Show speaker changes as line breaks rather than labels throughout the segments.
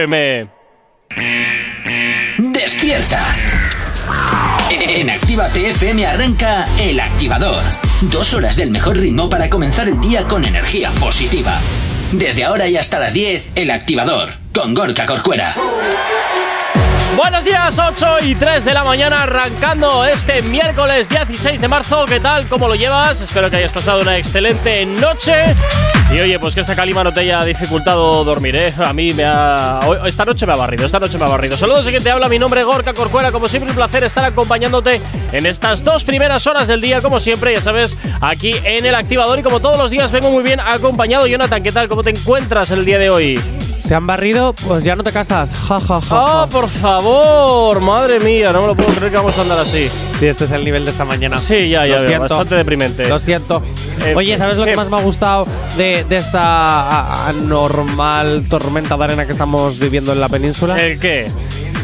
FM.
Despierta. En Activa TFM arranca El Activador. Dos horas del mejor ritmo para comenzar el día con energía positiva. Desde ahora y hasta las 10, El Activador, con Gorka Corcuera.
Buenos días, 8 y 3 de la mañana, arrancando este miércoles 16 de marzo. ¿Qué tal? ¿Cómo lo llevas? Espero que hayas pasado una excelente noche. Y oye, pues que esta calima no te haya dificultado dormir, ¿eh? A mí me ha. hoy- Esta noche me ha barrido, esta noche me ha barrido. Saludos, y quien te habla, mi nombre es Gorka Corcuera. Como siempre, un placer estar acompañándote en estas dos primeras horas del día, como siempre, ya sabes, aquí en el activador. Y como todos los días, vengo muy bien acompañado. Jonathan, ¿qué tal? ¿Cómo te encuentras el día de hoy?
¿Te han barrido? Pues ya no te casas. Ja, ja, ja,
¡Ah,
ja.
por favor! Madre mía, no me lo puedo creer que vamos a andar así.
Sí, este es el nivel de esta mañana.
Sí, ya, ya,
Lo
veo,
siento.
bastante deprimente.
Lo siento.
Eh,
Oye, ¿sabes lo
eh.
que más me ha gustado de, de esta a- anormal tormenta de arena que estamos viviendo en la península?
¿El qué?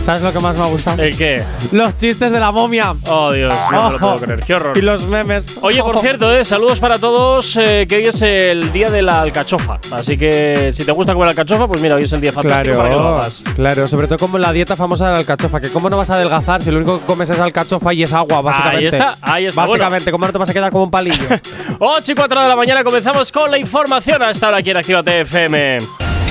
¿Sabes lo que más me ha gustado?
¿El qué?
Los chistes de la momia.
Oh, Dios, eh, no me lo puedo
Ojo.
creer. ¡Qué horror!
Y los memes.
Oye, por
Ojo.
cierto, eh, saludos para todos, eh, que hoy es el día de la alcachofa. Así que si te gusta comer alcachofa, pues mira, hoy es el día fantástico para que lo
Claro,
hagas.
claro, sobre todo como la dieta famosa de la alcachofa, que cómo no vas a adelgazar si lo único que comes es alcachofa y es agua, básicamente.
está, ahí está, bueno.
Básicamente, ¿cómo no te vas a quedar como un palillo?
8 y 4 de la mañana comenzamos con la información hasta ahora aquí en Actívate FM.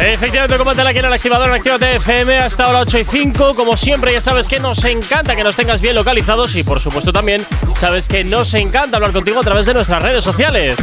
Efectivamente, combate aquí en el activador en Actívate FM hasta ahora 8 y 5. Como siempre, ya sabes que nos encanta que nos tengas bien localizados y, por supuesto, también sabes que nos encanta hablar contigo a través de nuestras redes sociales.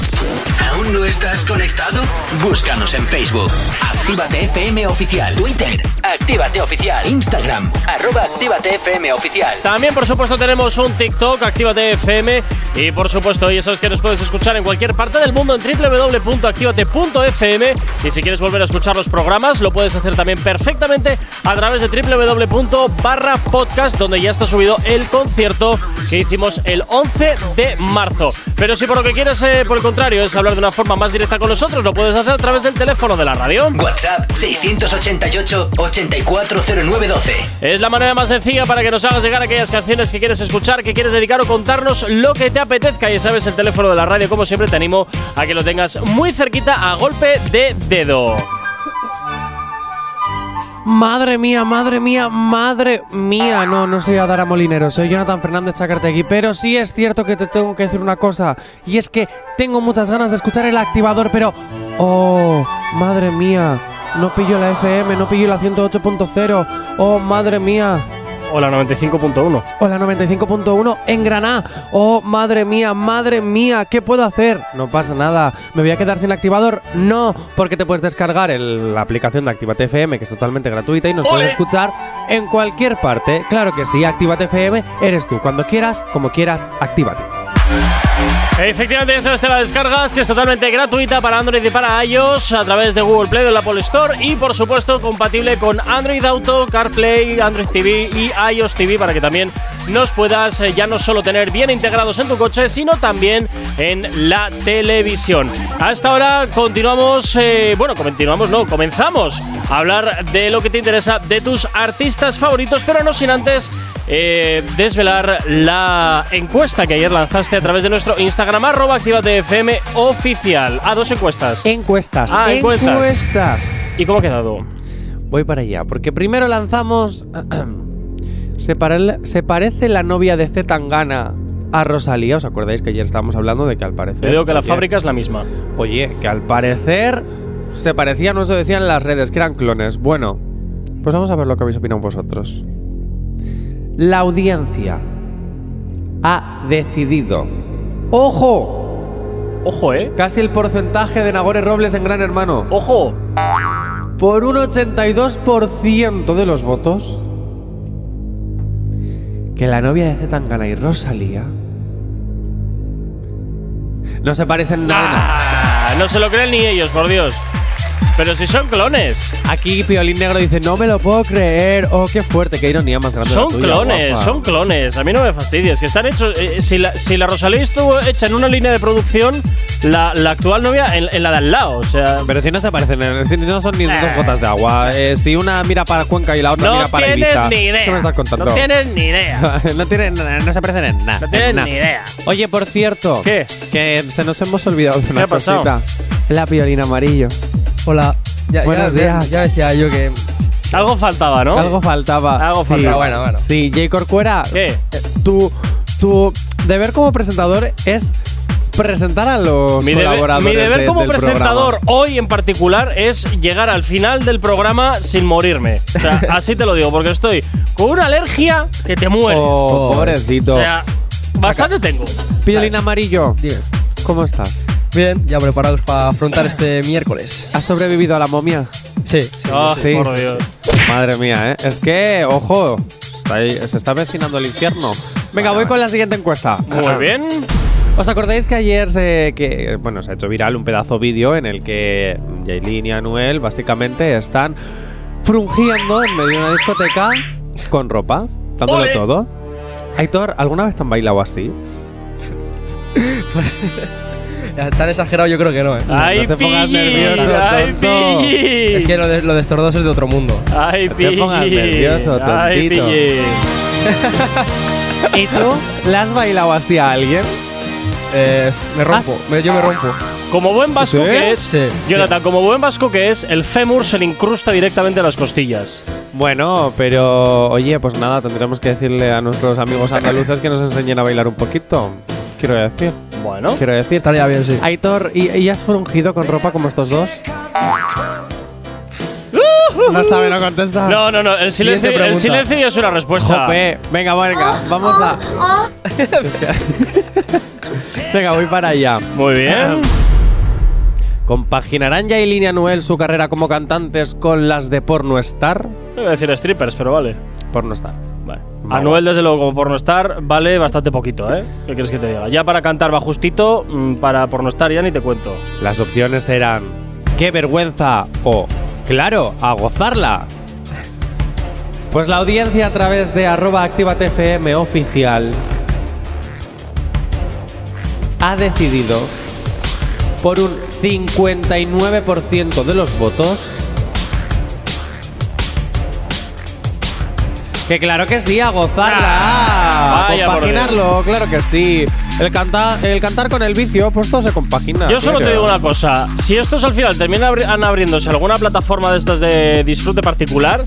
¿Aún no estás conectado? Búscanos en Facebook. Actívate FM Oficial. Twitter. Actívate Oficial. Instagram. Arroba Actívate FM Oficial.
También, por supuesto, tenemos un TikTok, Actívate FM. Y, por supuesto, ya sabes que nos puedes escuchar en cualquier parte del mundo en www.activate.fm. Y si quieres volver a escuchar los programas, lo puedes hacer también perfectamente a través de www.podcast, donde ya está subido el concierto que hicimos el 11 de marzo. Pero si por lo que quieres, eh, por el contrario, es hablar de una forma más directa con nosotros, lo puedes hacer a través del teléfono de la radio.
WhatsApp 688 840912.
Es la manera más sencilla para que nos hagas llegar aquellas canciones que quieres escuchar, que quieres dedicar o contarnos lo que te apetezca. Ya sabes, el teléfono de la radio, como siempre, te animo a que lo tengas muy cerquita a golpe de dedo.
Madre mía, madre mía, madre mía. No, no soy Adara Molinero, soy Jonathan Fernández Chacartegui. Pero sí es cierto que te tengo que decir una cosa. Y es que tengo muchas ganas de escuchar el activador, pero. Oh, madre mía. No pillo la FM, no pillo la 108.0. Oh, madre mía.
Hola, 95.1.
O la 95.1 en Granada. Oh, madre mía, madre mía, ¿qué puedo hacer? No pasa nada. ¿Me voy a quedar sin activador? No, porque te puedes descargar el- la aplicación de Actívate FM, que es totalmente gratuita y nos puedes escuchar en cualquier parte. Claro que sí, Actívate FM eres tú. Cuando quieras, como quieras, actívate.
Efectivamente, ya sabes, te la descargas, que es totalmente gratuita para Android y para iOS, a través de Google Play o la Apple Store y, por supuesto, compatible con Android Auto, CarPlay, Android TV y iOS TV para que también nos puedas eh, ya no solo tener bien integrados en tu coche, sino también en la televisión. Hasta ahora continuamos, eh, bueno, continuamos, no, comenzamos a hablar de lo que te interesa, de tus artistas favoritos, pero no sin antes eh, desvelar la encuesta que ayer lanzaste a través de nuestro Instagram, arroba activatefm oficial. A dos encuestas.
Encuestas.
Ah, encuestas.
encuestas.
¿Y cómo ha quedado?
Voy para allá, porque primero lanzamos. se, pare- se parece la novia de Z Tangana a Rosalía. ¿Os acordáis que ayer estábamos hablando de que al parecer.
Yo digo que la
ayer-
fábrica es la misma.
Oye, que al parecer se parecían, o eso decían las redes, que eran clones. Bueno, pues vamos a ver lo que habéis opinado vosotros. La audiencia ha decidido. ¡Ojo!
Ojo, ¿eh?
Casi el porcentaje de Nagore Robles en Gran Hermano.
Ojo.
Por un 82% de los votos, que la novia de Zetangana y Rosalía no se parecen nada.
Ah, no se lo creen ni ellos, por Dios. Pero si son clones.
Aquí Piolín Negro dice, no me lo puedo creer. Oh, qué fuerte, qué ironía más grande.
Son
la tuya,
clones,
guapa.
son clones. A mí no me fastidies. Que están hechos. eh, si, la, si la Rosalía estuvo hecha en una línea de producción, la, la actual novia en, en la de al lado. O sea.
Pero si no se parecen, eh, si no son ni dos gotas de agua. Eh, si una mira para Cuenca y la otra
No
mira para
tienes
Ibiza.
ni
¿Qué
idea.
me estás contando?
No tienes ni idea.
no, tienen- no se parecen en nada.
No tienes
en nada.
ni idea.
Oye, por cierto,
¿Qué?
que se nos hemos olvidado de una
ha pasado?
cosita. La piolina amarillo.
Hola. Ya,
Buenos
ya-
días.
Ya decía yo que.
Algo faltaba, ¿no?
Algo faltaba.
Algo
sí.
faltaba.
Ah, Bueno, bueno.
Sí, J. Corcuera,
¿Qué?
tu, tu deber como presentador es presentar a los
Mi deber,
Pues colaboradores
mi deber
de-
como
del
presentador
programa.
hoy en particular es llegar al final del programa sin morirme. O sea, así te lo digo, porque estoy con una alergia que te mueres.
Oh, pobrecito.
pues. O sea, bastante tengo.
Piolín amarillo,
Dime.
¿cómo estás?
Bien, ya preparados para afrontar este miércoles.
¿Has sobrevivido a la momia?
Sí. sí.
Ah,
sí.
por Dios.
Madre mía, ¿eh? Es que, ojo, está ahí- se está vecinando el infierno. Venga, voy con la siguiente encuesta.
Muy bien.
¿Os acordáis que ayer se, que, bueno, se ha hecho viral un pedazo vídeo en el que Yailin y Anuel básicamente están frungiendo en medio de una discoteca con ropa, dándolo todo? Aitor, ¿alguna vez te han bailado así?
Tan exagerado yo creo que no, eh.
Ay,
te pongas
Piggy,
nervioso,
ay,
tonto.
Piggy.
Es que lo de, lo de estos dos es de otro mundo.
Ay,
No te
Piggy.
pongas nervioso,
Ay,
tontito.
Piggy.
¿Y tú? ¿La has bailado así a alguien?
Eh, me rompo,
Has-
me- yo me rompo.
Como buen vasco
¿Sí?
que es,
Sí, sí.
Jonathan, como buen vasco que es, el fémur se le incrusta directamente a las costillas.
Bueno, pero oye, pues nada, tendremos que decirle a nuestros amigos andaluces que nos enseñen a bailar un poquito. Quiero decir,
Bueno.
quiero decir.
Estaría bien, sí.
Aitor, ¿y, y has frungido con ropa como estos dos? No sabe, no contesta.
No, no, no, el silencio,
Siguiente
el
pregunta.
silencio es una respuesta.
Jope, venga, venga, vamos a. Si es que- venga, voy para allá.
Muy bien.
¿Compaginarán Yailin y Anuel su carrera como cantantes con las de porno estar?
Iba a decir strippers, pero vale.
Porno estar.
Vale.
Vale.
Anuel, desde luego, como por no estar, vale bastante poquito, ¿eh? ¿Qué quieres que te diga? Ya para cantar va justito, mm, para por no estar ya ni te cuento.
Las opciones eran qué vergüenza o claro, a gozarla. Pues la audiencia a través de arroba activatfm oficial ha decidido por un 59% de los votos que claro que sí, a gozarla,
Ah, vaya
a
por Dios.
compaginarlo, claro que sí. El, canta- el cantar con el vicio, pues todo se compagina.
Yo solo
claro.
te digo una cosa. Si estos al final terminan abri- an- abriéndose alguna plataforma de estas de disfrute particular.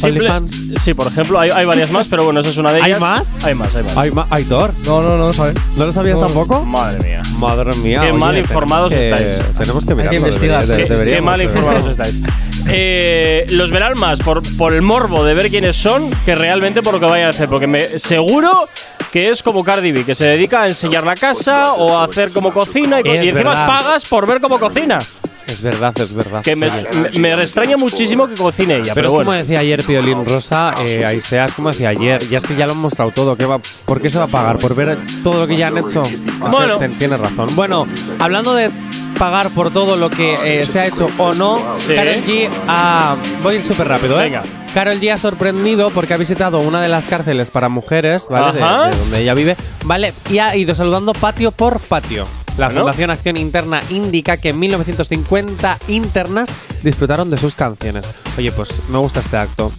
OnlyFans.
sí, por ejemplo, hay, hay varias más, pero bueno, esa es una de
¿Hay
ellas.
más?
Hay más, hay más.
Ay, ma- Aitor,
No, no, no, ¿sabes?
¿no lo sabías
No.
tampoco?
Madre mía.
Madre mía.
Oh. Qué mal
tenemos
informados
que-
estáis.
Tenemos que mirarlo.
investigar.
debería-
Qué,
Pero
Pues deberíamos,
qué mal
deberíamos.
informados estáis. Eh, los verán más por, por el morbo de ver quiénes son que realmente por lo que vayan a hacer. Porque me seguro que es como Cardi B, que se dedica a enseñar la casa o a hacer como cocina y, co-
Es
y encima
verdad.
pagas por ver cómo cocina.
Es verdad, es verdad.
Que me, me- me extraña muchísimo que cocine ella,
Pero
pero,
es
bueno.
como decía ayer Piolín Rosa, eh, Aisea, es como decía ayer, ya es que ya lo han mostrado todo, ¿qué va, ¿por qué se va a pagar? ¿Por ver todo lo que ya han hecho? Es que
Bueno.
ten- tienes razón. Bueno, hablando de pagar por todo lo que eh, se ha hecho o no,
Sí.
Karol G ha... Voy a ir súper rápido, ¿eh?
Venga.
Karol G ha sorprendido porque ha visitado una de las cárceles para mujeres, ¿vale? De-
Ajá.
de donde ella vive, ¿vale? Y ha ido saludando patio por patio. La
Bueno.
Fundación Acción Interna indica que en 1950 internas disfrutaron de sus canciones. Oye, pues me gusta este acto.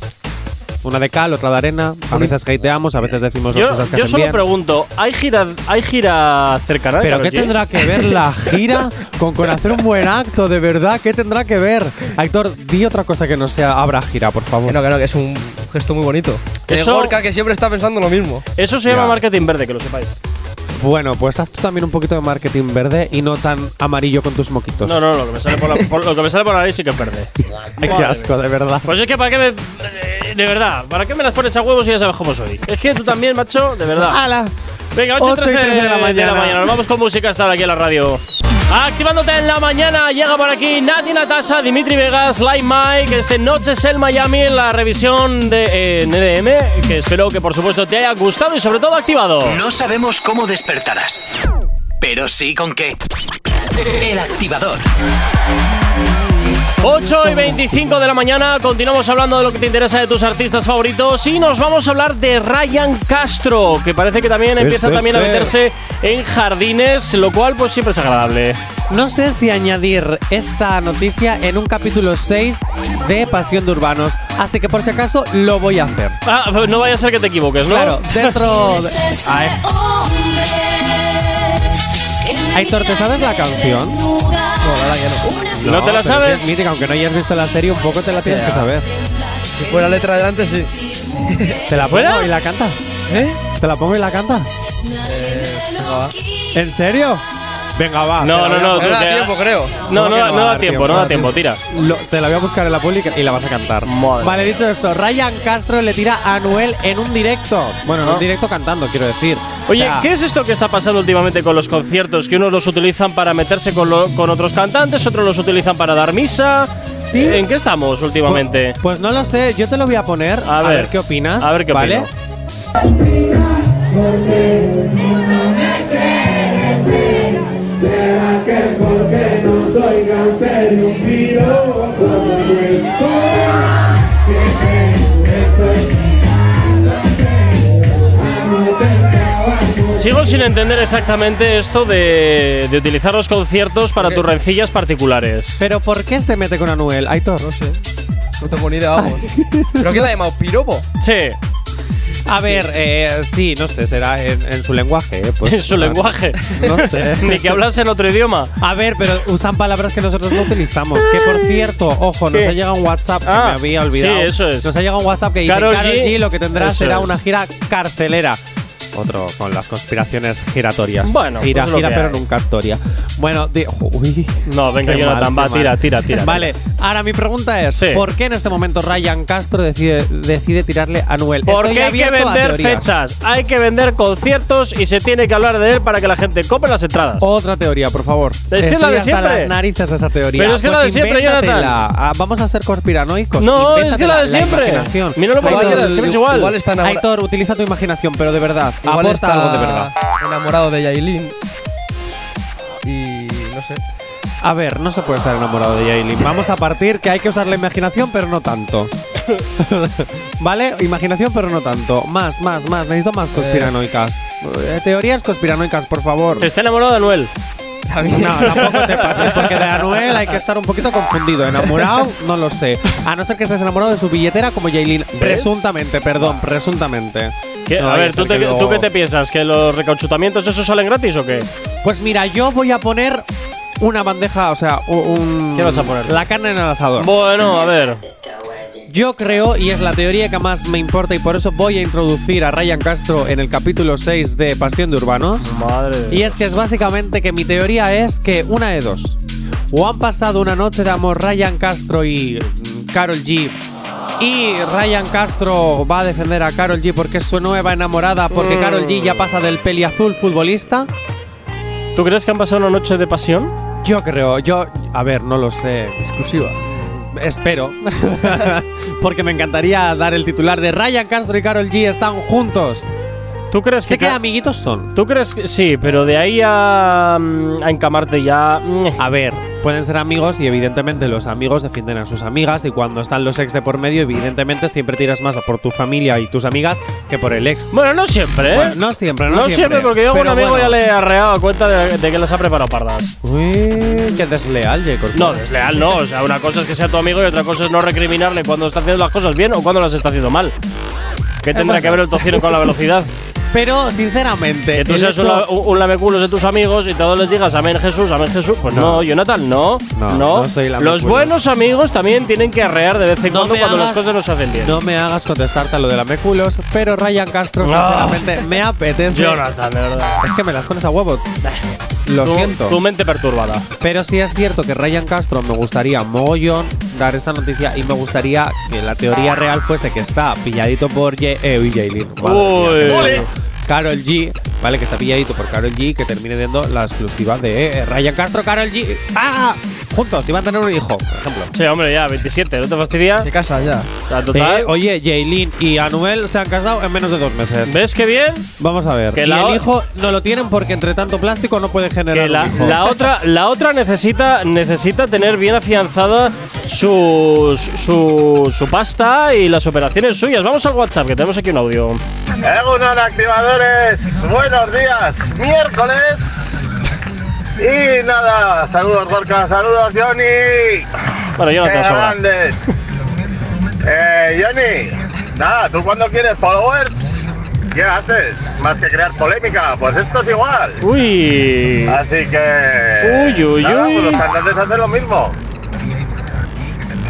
Una de cal, otra de arena. A veces hateamos, a veces decimos las
yo
cosas que
yo
hacen
solo
bien.
pregunto, ¿eh? ¿hay gira, hay gira cercana? de
Pero
Karol
¿qué
G?
tendrá que ver la gira con, con hacer un buen acto? De verdad, ¿qué tendrá que ver? Aitor, di otra cosa que no sea habrá gira, por favor.
Que no, que no, que es un gesto muy bonito. Es
Eso-
Gorka que siempre está pensando lo mismo.
Eso se llama
Ya.
marketing verde, que lo sepáis.
Bueno, pues haz tú también un poquito de marketing verde y no tan amarillo con tus moquitos.
No, no, lo que me sale por, la, por- lo que me sale por la nariz sí que es verde.
Pues Ay, qué
Madre
asco, de verdad.
Pues es que para qué me. De verdad, ¿para qué me las pones a huevos si ya sabes cómo soy? Es que tú también, macho, de verdad.
¡Hala!
Venga, 8 y
8 y
13
13 de la mañana.
Nos vamos con música hasta ahora aquí en la radio. Activándote en la mañana, llega por aquí Nati Natasha, Dimitri Vegas, Light Mike, este Noches en Miami, en la revisión de eh, NDM, que espero que por supuesto te haya gustado y sobre todo activado.
No sabemos cómo despertarás, pero sí con qué. El activador.
8 y 25 de la mañana, continuamos hablando de lo que te interesa de tus artistas favoritos y nos vamos a hablar de Ryan Castro, que parece que también
Sí,
empieza
sí,
también a
sí.
meterse en jardines, lo cual pues siempre es agradable.
No sé si añadir esta noticia en un capítulo 6 de Pasión de Urbanos, así que por si acaso lo voy a hacer.
Ah, no vaya a ser que te equivoques, ¿no?
Claro, dentro de...
Es ese
Ay,
hombre
Aitor, ¿te sabes la canción?
desnuda.
¿No te la
pero sí
sabes?
es mítica, aunque no hayas visto la serie, un poco te la tienes que saber.
Si fuera letra delante, sí.
¿Te la
¿Fuera?
pongo y la canta?
¿Eh?
¿Te la pongo y la canta? Eh, ¿En serio? Venga, va.
No,
te
no,
la voy a-
no.
No
tú
da
te-
tiempo, creo.
No,
¿Cómo
no,
que
da- no da tiempo, no da tiempo, tira.
Lo- te la voy a buscar en la pública y la vas a cantar. Vale, dicho esto, Ryan Castro le tira a Anuel en un directo. Bueno, en un directo cantando, quiero decir. O
Ah. Oye,
sea,
¿qué es esto que está pasando últimamente con los conciertos? Que unos los utilizan para meterse con, lo- con otros cantantes, otros los utilizan para dar misa.
Sí.
¿En qué estamos últimamente?
Pues, pues no lo sé, yo te lo voy a poner.
A
A,
ver.
ver, qué opinas.
A ver qué
¿vale?
opino.
porque no soy cáncer ni un piro como el
Sigo sin entender exactamente esto de, de utilizar los conciertos para tus rencillas particulares.
Pero ¿por qué se mete con Anuel, Aitor?
No sé. No tengo ni idea, vamos. Creo que la ha llamado piropo.
Che,
A ver, eh, sí, no sé, será en, en su lenguaje. eh, pues,
en su
claro.
lenguaje.
No sé.
Ni que hablas en otro idioma.
A ver, pero usan palabras que nosotros no utilizamos. Que por cierto, ojo, nos
¿Qué?
ha llegado un WhatsApp que
Ah,
me había olvidado.
sí, eso es.
Nos ha llegado un WhatsApp que dice:
Karol
Karol
G,
G, lo que tendrá
eso
será
es.
una gira carcelera. Otro con las conspiraciones giratorias.
Bueno,
gira,
pues lo
gira,
que
pero
hay.
nunca actoria. Bueno, de, uy.
No, venga,
Qué
Jonathan,
mal,
va,
qué mal.
tira, tira, tira.
Vale, ahora mi pregunta es:
Sí.
¿por qué en este momento Ryan Castro decide, decide tirarle a Noel?
Porque hay que vender fechas, hay que vender conciertos y se tiene que hablar de él para que la gente compre las entradas.
Otra teoría, por favor.
que es la
Estoy
de
hasta
siempre.
las narices de esa teoría. Pues
Pero es que es la de siempre,
invéntatela.
Jonathan.
Ah, vamos a ser conspiranoicos.
No, es que la de
Invéntatela,
siempre.
imaginación.
Míralo por
Aitor,
la mañana, siempre es igual.
Igual están ahora.
Aitor, utiliza tu imaginación, pero de verdad.
Igual
aporta
está
algo de verdad.
enamorado de Yailin. Y no sé.
A ver, no se puede estar enamorado de Yailin. Vamos a partir que hay que usar la imaginación, pero no tanto. ¿Vale? Imaginación, pero no tanto. Más, más, más. Necesito más conspiranoicas. Eh, Teorías conspiranoicas, por favor.
Está enamorado de Anuel.
No, tampoco te pases, porque de Anuel hay que estar un poquito confundido. Enamorado, no lo sé. A no ser que estés enamorado de su billetera como Jailin. Presuntamente, perdón, presuntamente.
¿Qué?
No
a ver,
vayas
¿tú,
al
te-
que luego-
¿tú qué te piensas? ¿Que los recauchutamientos esos salen gratis o qué?
Pues mira, yo voy a poner una bandeja, o sea, u- un.
¿Qué vas a poner?
La carne en el asador.
Bueno, a ver.
Yo creo, y es la teoría que más me importa, y por eso voy a introducir a Ryan Castro en el capítulo 6 de Pasión de Urbano.
Madre.
Y es que es básicamente que mi teoría es que una de dos. O han pasado una noche de amor Ryan Castro y mm, Karol G. Y Ryan Castro va a defender a Karol G porque es su nueva enamorada, porque Karol G ya pasa del peliazul futbolista.
¿Tú crees que han pasado una noche de pasión?
Yo creo, yo, a ver, no lo sé.
Exclusiva.
Espero. porque me encantaría dar el titular de Ryan Castro y Karol G están juntos.
¿Tú crees
Sé
que
que
ca-
amiguitos son.
¿Tú crees que sí? Pero de ahí a, mm, a encamarte ya. mm,
A ver, pueden ser amigos y evidentemente los amigos defienden a sus amigas y cuando están los ex de por medio, evidentemente siempre tiras más a por tu familia y tus amigas que por el ex.
Bueno, no siempre, ¿eh?
Bueno, no siempre, no,
No siempre, porque yo a un
pero
amigo
bueno.
ya le he arreado a cuenta de, de que las ha preparado pardas.
Uy, qué desleal, Jacob.
No, desleal no. O sea, una cosa es que sea tu amigo y otra cosa es no recriminarle cuando está haciendo las cosas bien o cuando las está haciendo mal. ¿Qué tendrá que ver el tocino con la velocidad?
Pero, sinceramente,
Que tú
el
seas un,
hecho-
la- un- un lameculos de tus amigos y todos les digas amén Jesús, amén Jesús. Pues no,
No.
Jonathan, no. No,
No, no soy lameculos.
Los buenos amigos también tienen que arrear de vez en
No
cuando
me
cuando las
hagas-
cosas no se hacen bien.
no me hagas contestarte a lo de la meculos, pero Ryan Castro,
No.
sinceramente, me apetece.
Jonathan, de verdad.
Es que me las pones a huevo. Lo
Tu-
siento.
Tu mente perturbada.
Pero sí es cierto que Ryan Castro me gustaría mogollón dar esta noticia y me gustaría que la teoría real fuese que está pilladito por Ye eh, uy, Yailin. madre mía.
Uy.
Karol G ¿vale? Que está pilladito por Carol G, que termine dando la exclusiva de eh, Ryan Castro, Carol G. ¡Ah! Juntos, y van a tener un hijo, por ejemplo.
Sí, hombre, ya, 27, ¿no te fastidia?
Se casa ya.
La total.
Eh, oye, Jaylin y Anuel se han casado en menos de dos meses.
¿Ves qué bien?
Vamos a ver.
Que
y
la o-
el hijo no lo tienen porque entre tanto plástico no puede generar
Que la,
un hijo.
la otra, la otra necesita, necesita tener bien afianzada su, su, su pasta y las operaciones suyas. Vamos al WhatsApp, que tenemos aquí un audio.
Egunon activadores, buenos días, miércoles. Y nada, saludos Gorka, saludos Johnny.
Bueno, yo no
¡Qué
te sobra.
grandes! Eh, Johnny, nada, tú cuando quieres followers, ¿qué haces? Más que crear polémica, pues esto es igual.
Uy.
Así que.
Uy, uy,
nada,
uy.
pues los cantantes hacen lo mismo.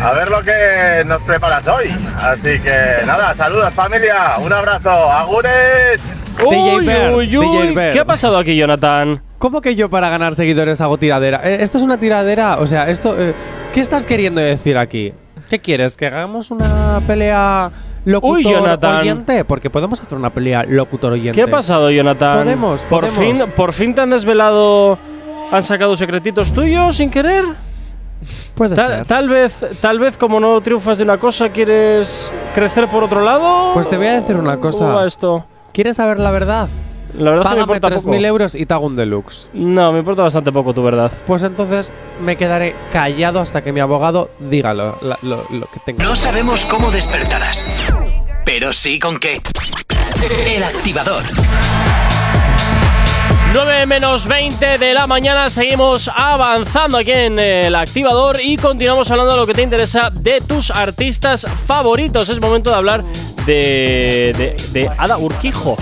A ver lo que nos preparas hoy. Así que nada, saludos familia, un abrazo, agures.
DJ
Uy,
Bird,
uy,
DJ
uy.
Bird.
¿Qué ha pasado aquí, Jonathan?
¿Cómo que yo para ganar seguidores hago tiradera? Eh, esto es una tiradera, o sea, esto. eh, ¿Qué estás queriendo decir aquí? ¿Qué quieres? ¿Que hagamos una pelea
Jonathan.
locutor-oyente? Porque podemos hacer una pelea locutor-oyente.
¿Qué ha pasado, Jonathan?
Podemos,
por
podemos.
fin, por fin te han desvelado. ¿Han sacado secretitos tuyos sin querer?
Puede
Tal,
ser.
tal vez, tal vez como no triunfas de una cosa, quieres crecer por otro lado.
Pues te voy a decir una
¿Cómo
cosa.
va esto?
¿Quieres saber la verdad?
La verdad es que me
Págame
importa poco.
3.000 euros y te hago un deluxe.
No, me importa bastante poco tu verdad.
Pues entonces me quedaré callado hasta que mi abogado diga lo, la- lo- lo que tenga.
No sabemos cómo despertarás, pero sí con qué. El activador.
9 menos 20 de la mañana, seguimos avanzando aquí en el activador y continuamos hablando de lo que te interesa de tus artistas favoritos. Es momento de hablar de, de, de Ada Urquijo.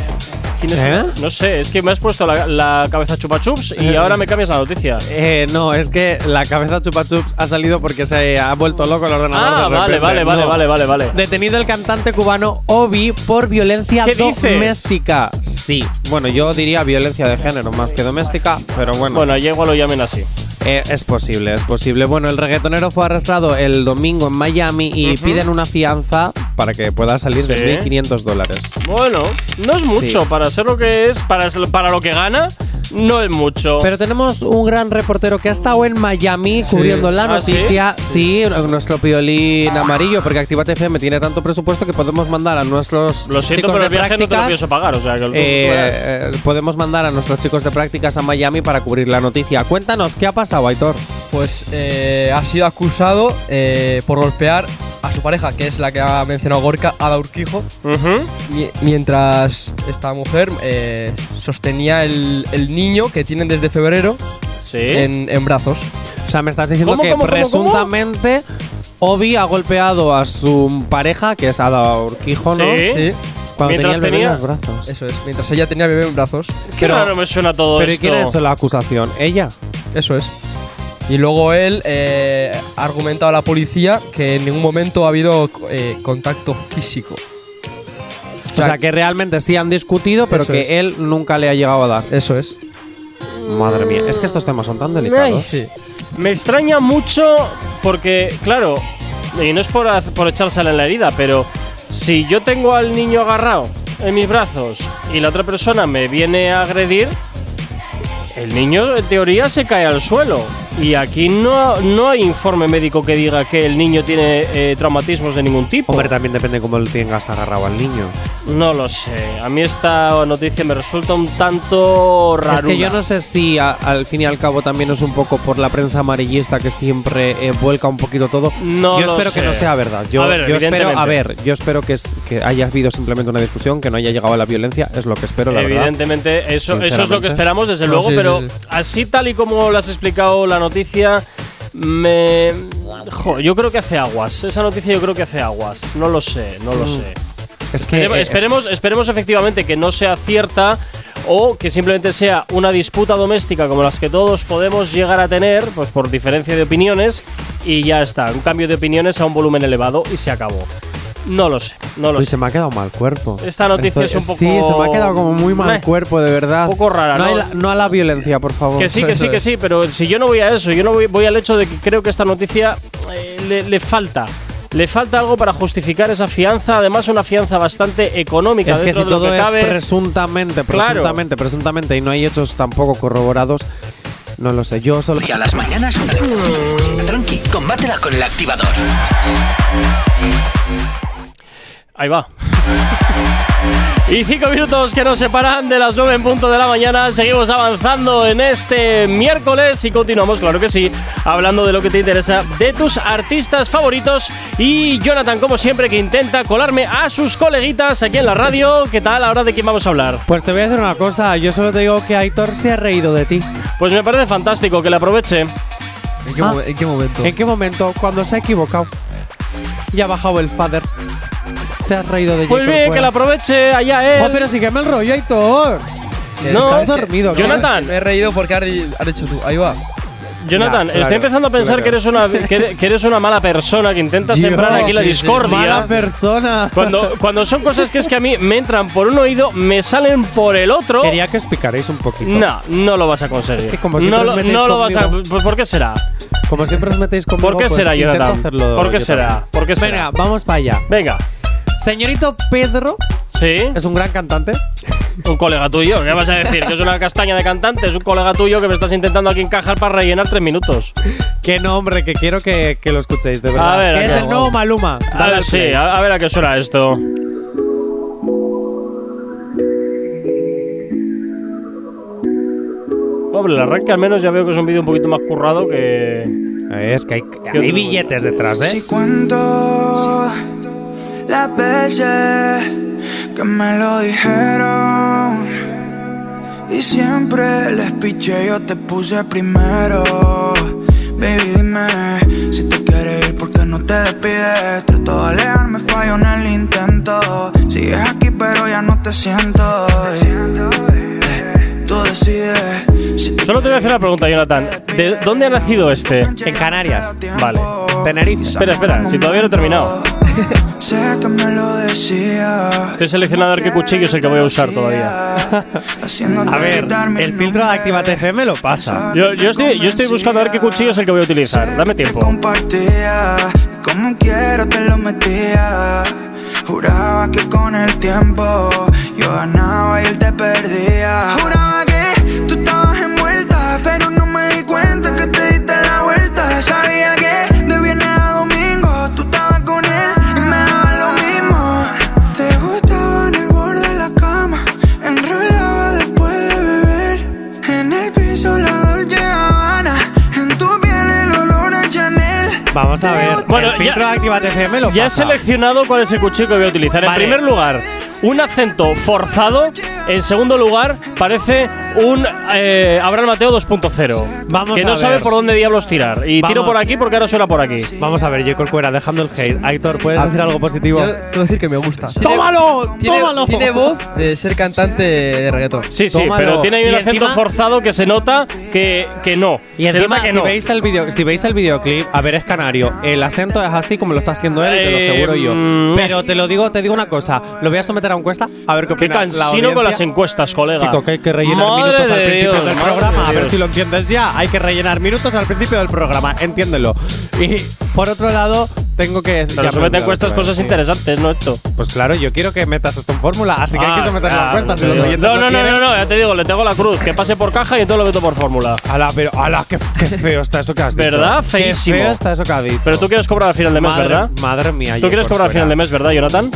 ¿Quién es?
¿Eh?
No sé, es que me has puesto la, la cabeza chupa chups y
Eh.
ahora me cambias la noticia.
Eh, no, es que la cabeza chupa chups ha salido porque se ha vuelto loco el ordenador.
Ah,
de
vale,
repente.
vale, vale,
No.
vale, vale, vale.
Detenido el cantante cubano Obi por violencia
¿Qué dices?
doméstica. Sí. Bueno, yo diría violencia de género más que doméstica, pero bueno.
Bueno, ya igual lo llamen así.
Eh, es posible, es posible. Bueno, el reggaetonero fue arrestado el domingo en Miami y piden una fianza para que pueda salir
Sí.
de 1.500 dólares.
Bueno, no es mucho
Sí.
para ser lo que es, para, para lo que gana, no es mucho.
Pero tenemos un gran reportero que ha estado en Miami cubriendo la
¿Ah, sí?
noticia. sí? nuestro piolín amarillo, porque Activate FM tiene tanto presupuesto que podemos mandar a nuestros
lo siento,
chicos
pero
de
el viaje no te lo
prácticas,
pienso pagar. O sea, que tú puedas.
eh, eh, podemos mandar a nuestros chicos de prácticas a Miami para cubrir la noticia. Cuéntanos, ¿qué ha pasado, Aitor?
Pues eh, ha sido acusado eh, por golpear a su pareja, que es la que ha mencionado Gorka, Ada Urquijo,
Ujú.
mi- mientras esta mujer eh, sostenía el, el niño que tienen desde febrero
Sí.
en, en brazos.
O sea, me estás diciendo
¿Cómo,
que
cómo, cómo,
presuntamente Obi ha golpeado a su pareja, que es Ada Urquijo, ¿no?
Sí. ¿Eh?
Cuando tenía
Mientras
el bebé
tenía-
en los brazos.
Eso es, mientras ella tenía al bebé en brazos.
Qué
pero-
raro me suena todo
Pero ¿y
esto.
quién ha hecho la acusación? ¿Ella?
Eso es. Y luego él eh, ha argumentado a la policía que en ningún momento ha habido eh, contacto físico.
O sea, que realmente sí han discutido, pero
Eso
que
es.
él nunca le ha llegado a dar.
Eso es.
Madre mía, es que estos temas son tan delicados.
Sí.
Me extraña mucho porque, claro, y no es por, haz- por echársela en la herida, pero si yo tengo al niño agarrado en mis brazos y la otra persona me viene a agredir, el niño en teoría se cae al suelo. Y aquí no, no hay informe médico que diga que el niño tiene eh, traumatismos de ningún tipo.
Hombre, también depende cómo lo tengas agarrado al niño.
no lo sé. A mí esta noticia me resulta un tanto raro.
Es que yo no sé si a- al fin y al cabo también es un poco por la prensa amarillista que siempre eh, vuelca un poquito todo.
No
yo
lo
espero
sé.
que no sea verdad. Yo,
A ver,
yo espero,
evidentemente.
a ver, yo espero que, es- que haya habido simplemente una discusión, que no haya llegado a la violencia, es lo que espero, la verdad.
Evidentemente, eso, eso es lo que
Sinceramente.
esperamos, desde
No,
luego,
sí,
pero
sí, sí.
así tal y como lo has explicado la noticia, me... jo, yo creo que hace aguas. Esa noticia yo creo que hace aguas. No lo sé, no lo
Mm.
sé.
Es que
Espere-
eh,
esperemos, esperemos efectivamente que no sea cierta o que simplemente sea una disputa doméstica como las que todos podemos llegar a tener, pues por diferencia de opiniones, y ya está. Un cambio de opiniones a un volumen elevado y se acabó. No lo sé, no lo
eh, Uy,
sé.
se me ha quedado mal cuerpo.
Esta noticia es un
Sí,
poco-
se me ha quedado como muy mal
Meh.
cuerpo, de verdad.
Un poco rara,
hay
¿no?
la- no a la violencia, por favor.
Que sí, que sí, que sí, pero si yo no voy a eso, yo no voy, voy al hecho de que creo que esta noticia eh, le, le falta. le falta algo para justificar esa fianza, además una fianza bastante económica.
Es que
dentro
si
de lo
todo es
cabe.
presuntamente,
Claro.
presuntamente, presuntamente, y no hay hechos tampoco corroborados, no lo sé. Yo solo.
Y a las mañanas. Tranqui, combátela con el activador.
Ahí va. Y cinco minutos que nos separan de las nueve en punto de la mañana. Seguimos avanzando en este miércoles y continuamos, claro que sí, hablando de lo que te interesa, de tus artistas favoritos. Y Jonathan, como siempre, que intenta colarme a sus coleguitas aquí en la radio. ¿Qué tal? Ahora de quién vamos a hablar.
Pues te voy a decir una cosa, yo solo te digo que Aitor se ha reído de ti.
Pues me parece fantástico que le aproveche.
¿En qué,
Ah.
mo- en qué momento?
¿En qué momento? Cuando se ha equivocado y ha bajado el father. Te has reído de
Pues
Jacob
bien, que la
Cuera.
aproveche allá él.
Oh, pero sí que me el rollo, Aitor.
Que
no,
esta vez
has dormido,
que-
Jonathan.
Me he reído porque has, di- has dicho tú. Ahí va.
Jonathan,
Ya,
estoy
claro,
empezando a pensar
claro.
que, eres una, que eres- que eres una mala persona que intenta
Dios,
sembrar aquí la
sí, sí, sí.
discordia.
Mala persona.
Cuando, cuando son cosas que es que a mí me entran por un oído, me salen por el otro.
Quería que os picaréis un poquito.
No, no lo vas a conseguir.
Es que como
no
siempre
lo,
os metéis
no lo vas a. pues,
conmigo.
¿Por por qué será?
Como siempre os metéis conmigo.
¿Por qué
pues
será,
intento
Jonathan?
hacerlo
¿Por qué
yo
será?
también.
¿Por qué será?
Venga, vamos para allá.
Venga,
Señorito Pedro
sí,
es un gran cantante.
un colega tuyo. ¿Qué vas a decir? Que es una castaña de cantante, es un colega tuyo que me estás intentando aquí encajar para rellenar tres minutos.
Qué nombre, que quiero que, que lo escuchéis, de verdad.
A ver,
que es
acabo.
el nuevo Maluma.
A
Dale
ver,
al
sí,
play.
a, a ver a qué suena esto. Pobre, el arranque al menos ya veo que es un vídeo un poquito más currado que.
Es que hay,
Qué
hay
otro-
billetes detrás,
Si
¿eh?
cuento las veces que me lo dijeron y siempre les piché, yo te puse primero. Baby, dime si te quieres ir, porque no te despides? Trato de alejarme, fallo en el intento. Sigues aquí, pero ya no te siento. Eh, Tú decides si te
Solo te voy a hacer una pregunta, Jonathan. ¿De dónde ha nacido este?
En Canarias.
Vale.
En
Tenerife.
Espera, espera, si todavía no he terminado.
Sé que me lo decía.
Estoy seleccionando a ver qué cuchillo es el que voy a usar todavía.
A ver, el filtro de Activate FM lo pasa.
Yo, yo estoy, yo estoy buscando a ver qué cuchillo es el que voy a utilizar. Dame tiempo.
Compartía, como quiero te lo metía. Juraba que con el tiempo yo ganaba y él te perdía. Juraba que tú estabas envuelta, pero no me di cuenta que te diste la vuelta. Sabía que de viernes a domingo tú estabas con él y me daba lo mismo. Te gustaba en el borde de la cama, enrolaba después de beber. En el piso la Dolce Habana, en tu piel el olor a Chanel.
Vamos a ver.
Bueno,
el
ya-
filtro de Activate FM lo
Ya he
pasa.
seleccionado cuál es el cuchillo que voy a utilizar. En
Vale.
primer lugar, un acento forzado. En segundo lugar, parece un eh, Abraham Mateo 2.0.
Vamos
que
a
no
ver.
sabe por dónde diablos tirar. Y tiro
Vamos.
por aquí porque ahora suena por aquí.
Vamos a ver, Jacob Cuera, dejando el hate. Aitor, ¿puedes
Ah,
decir algo positivo?
Yo debo decir que me gusta. Tiene-
¡Tómalo!
Tiene,
¡Tómalo!
tiene voz de ser cantante de reggaetón.
Sí, sí,
Tómalo.
pero tiene ahí un
Y
acento
encima-
forzado que se nota que, que no.
Y
se
encima,
nota que
si,
no.
veis el video, si veis el videoclip, a ver, es canario. El acento es así como lo está haciendo él, te lo
Eh,
aseguro yo.
mm.
Pero te lo digo, te digo una cosa. Lo voy a someter a encuesta, a ver qué
Qué
opina la
cansino con
audiencia.
las encuestas, colega.
Chico, que hay que rellenar
Madre
minutos al
de
principio
Dios,
del
madre
programa.
de
A ver
Dios.
si lo entiendes ya. Hay que rellenar minutos al principio del programa. Entiéndelo. Y por otro lado, tengo que.
Pero
ya
somete
me-
a encuestas cosas
sí.
interesantes, ¿no? Esto.
Pues claro, yo quiero que metas esto en fórmula, así que hay
Ah,
que someter
claro,
a encuestas. si los
tío.
oyentes
no, no, no,
quieren.
no, no, ya te digo, le tengo la cruz. Que pase por caja y todo lo meto por fórmula.
Ala, pero, ala, qué, qué feo está eso que has dicho.
¿Verdad?
Qué
Feísimo.
feo está eso que has dicho.
Pero tú quieres cobrar al final de mes,
madre,
¿verdad?
Madre mía.
Tú quieres cobrar al final de mes, ¿verdad, Jonathan?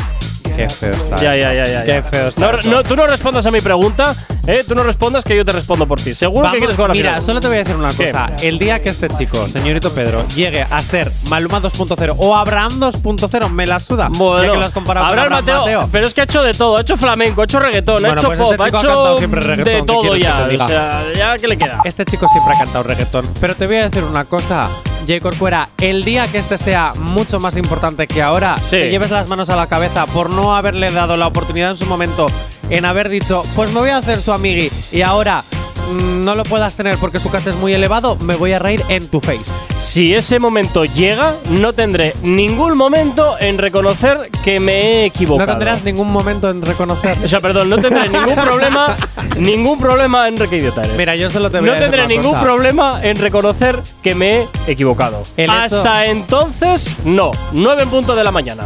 Qué feo está.
Ya,
eso.
ya, ya, ya.
Qué
ya.
feo está.
No,
eso.
no, tú no respondas a mi pregunta, ¿eh? Tú no respondas que yo te respondo por ti. Seguro
Vamos-
que quieres cobrar al
mira,
final.
solo te voy a decir una
¿Qué?
cosa. El día que este chico, señorito Pedro, llegue a ser Maluma 2.0 o Abraham 2.0, me la suda.
Bueno,
ya que lo has comparado
Abraham
con Abraham
Mateo, pero es que ha hecho de todo, ha hecho flamenco, ha hecho reggaetón, ha
Bueno,
hecho
pues ese
pop, ha
chico ha cantado
hecho
siempre reggaetón,
de
¿qué
todo
quieres que
ya,
te diga?
o sea, ya que le queda.
Este chico siempre ha cantado reggaetón. Pero te voy a decir una cosa, J. Corcuera. El día que este sea mucho más importante que ahora,
Sí.
te lleves las manos a la cabeza por no haberle dado la oportunidad en su momento, en haber dicho, pues me voy a hacer su amigui, y ahora mm, no lo puedas tener porque su caché es muy elevado, me voy a reír en tu face.
Si ese momento llega, no tendré ningún momento en reconocer que me he equivocado.
No tendrás ningún momento en reconocer.
O sea, perdón, no tendré ningún problema, ningún problema en reconocer.
Mira, yo solo te voy
no
a decir
tendré
una
ningún
cosa.
problema en reconocer que me he equivocado.
El hecho-
Hasta entonces, no. 9 en punto de la mañana.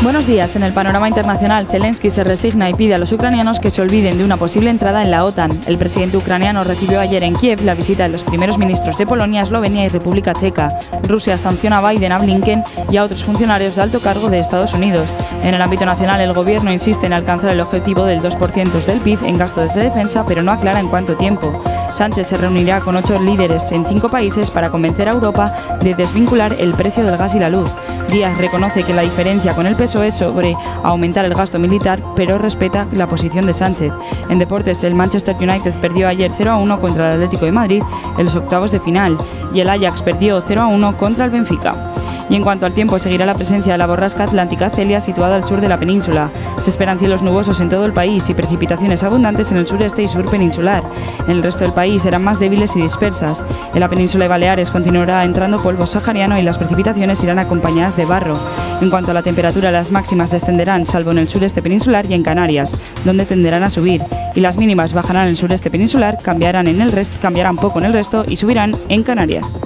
Buenos días. En el panorama internacional, Zelensky se resigna y pide a los ucranianos que se olviden de una posible entrada en la OTAN. El presidente ucraniano recibió ayer en Kiev la visita de los primeros ministros de Polonia, Eslovenia y República Checa. Rusia sanciona a Biden, a Blinken y a otros funcionarios de alto cargo de Estados Unidos. En el ámbito nacional, el gobierno insiste en alcanzar el objetivo del 2% del PIB en gastos de defensa, pero no aclara en cuánto tiempo. Sánchez se reunirá con ocho líderes en cinco países para convencer a Europa de desvincular el precio del gas y la luz. Díaz reconoce que la diferencia con el PSOE es E sobre aumentar el gasto militar, pero respeta la posición de Sánchez. En deportes, el Manchester United perdió ayer 0-1 contra el Atlético de Madrid en los octavos de final y el Ajax perdió 0-1 contra el Benfica. Y en cuanto al tiempo, seguirá la presencia de la borrasca atlántica Celia situada al sur de la península. Se esperan cielos nubosos en todo el país y precipitaciones abundantes en el sureste y sur peninsular. En el resto del país serán más débiles y dispersas. En la península de Baleares continuará entrando polvo sahariano y las precipitaciones irán acompañadas de barro. En cuanto a la temperatura, las máximas descenderán, salvo en el sureste peninsular y en Canarias, donde tenderán a subir. Y las mínimas bajarán en el sureste peninsular, cambiarán, en el rest- cambiarán poco en el resto y subirán en Canarias.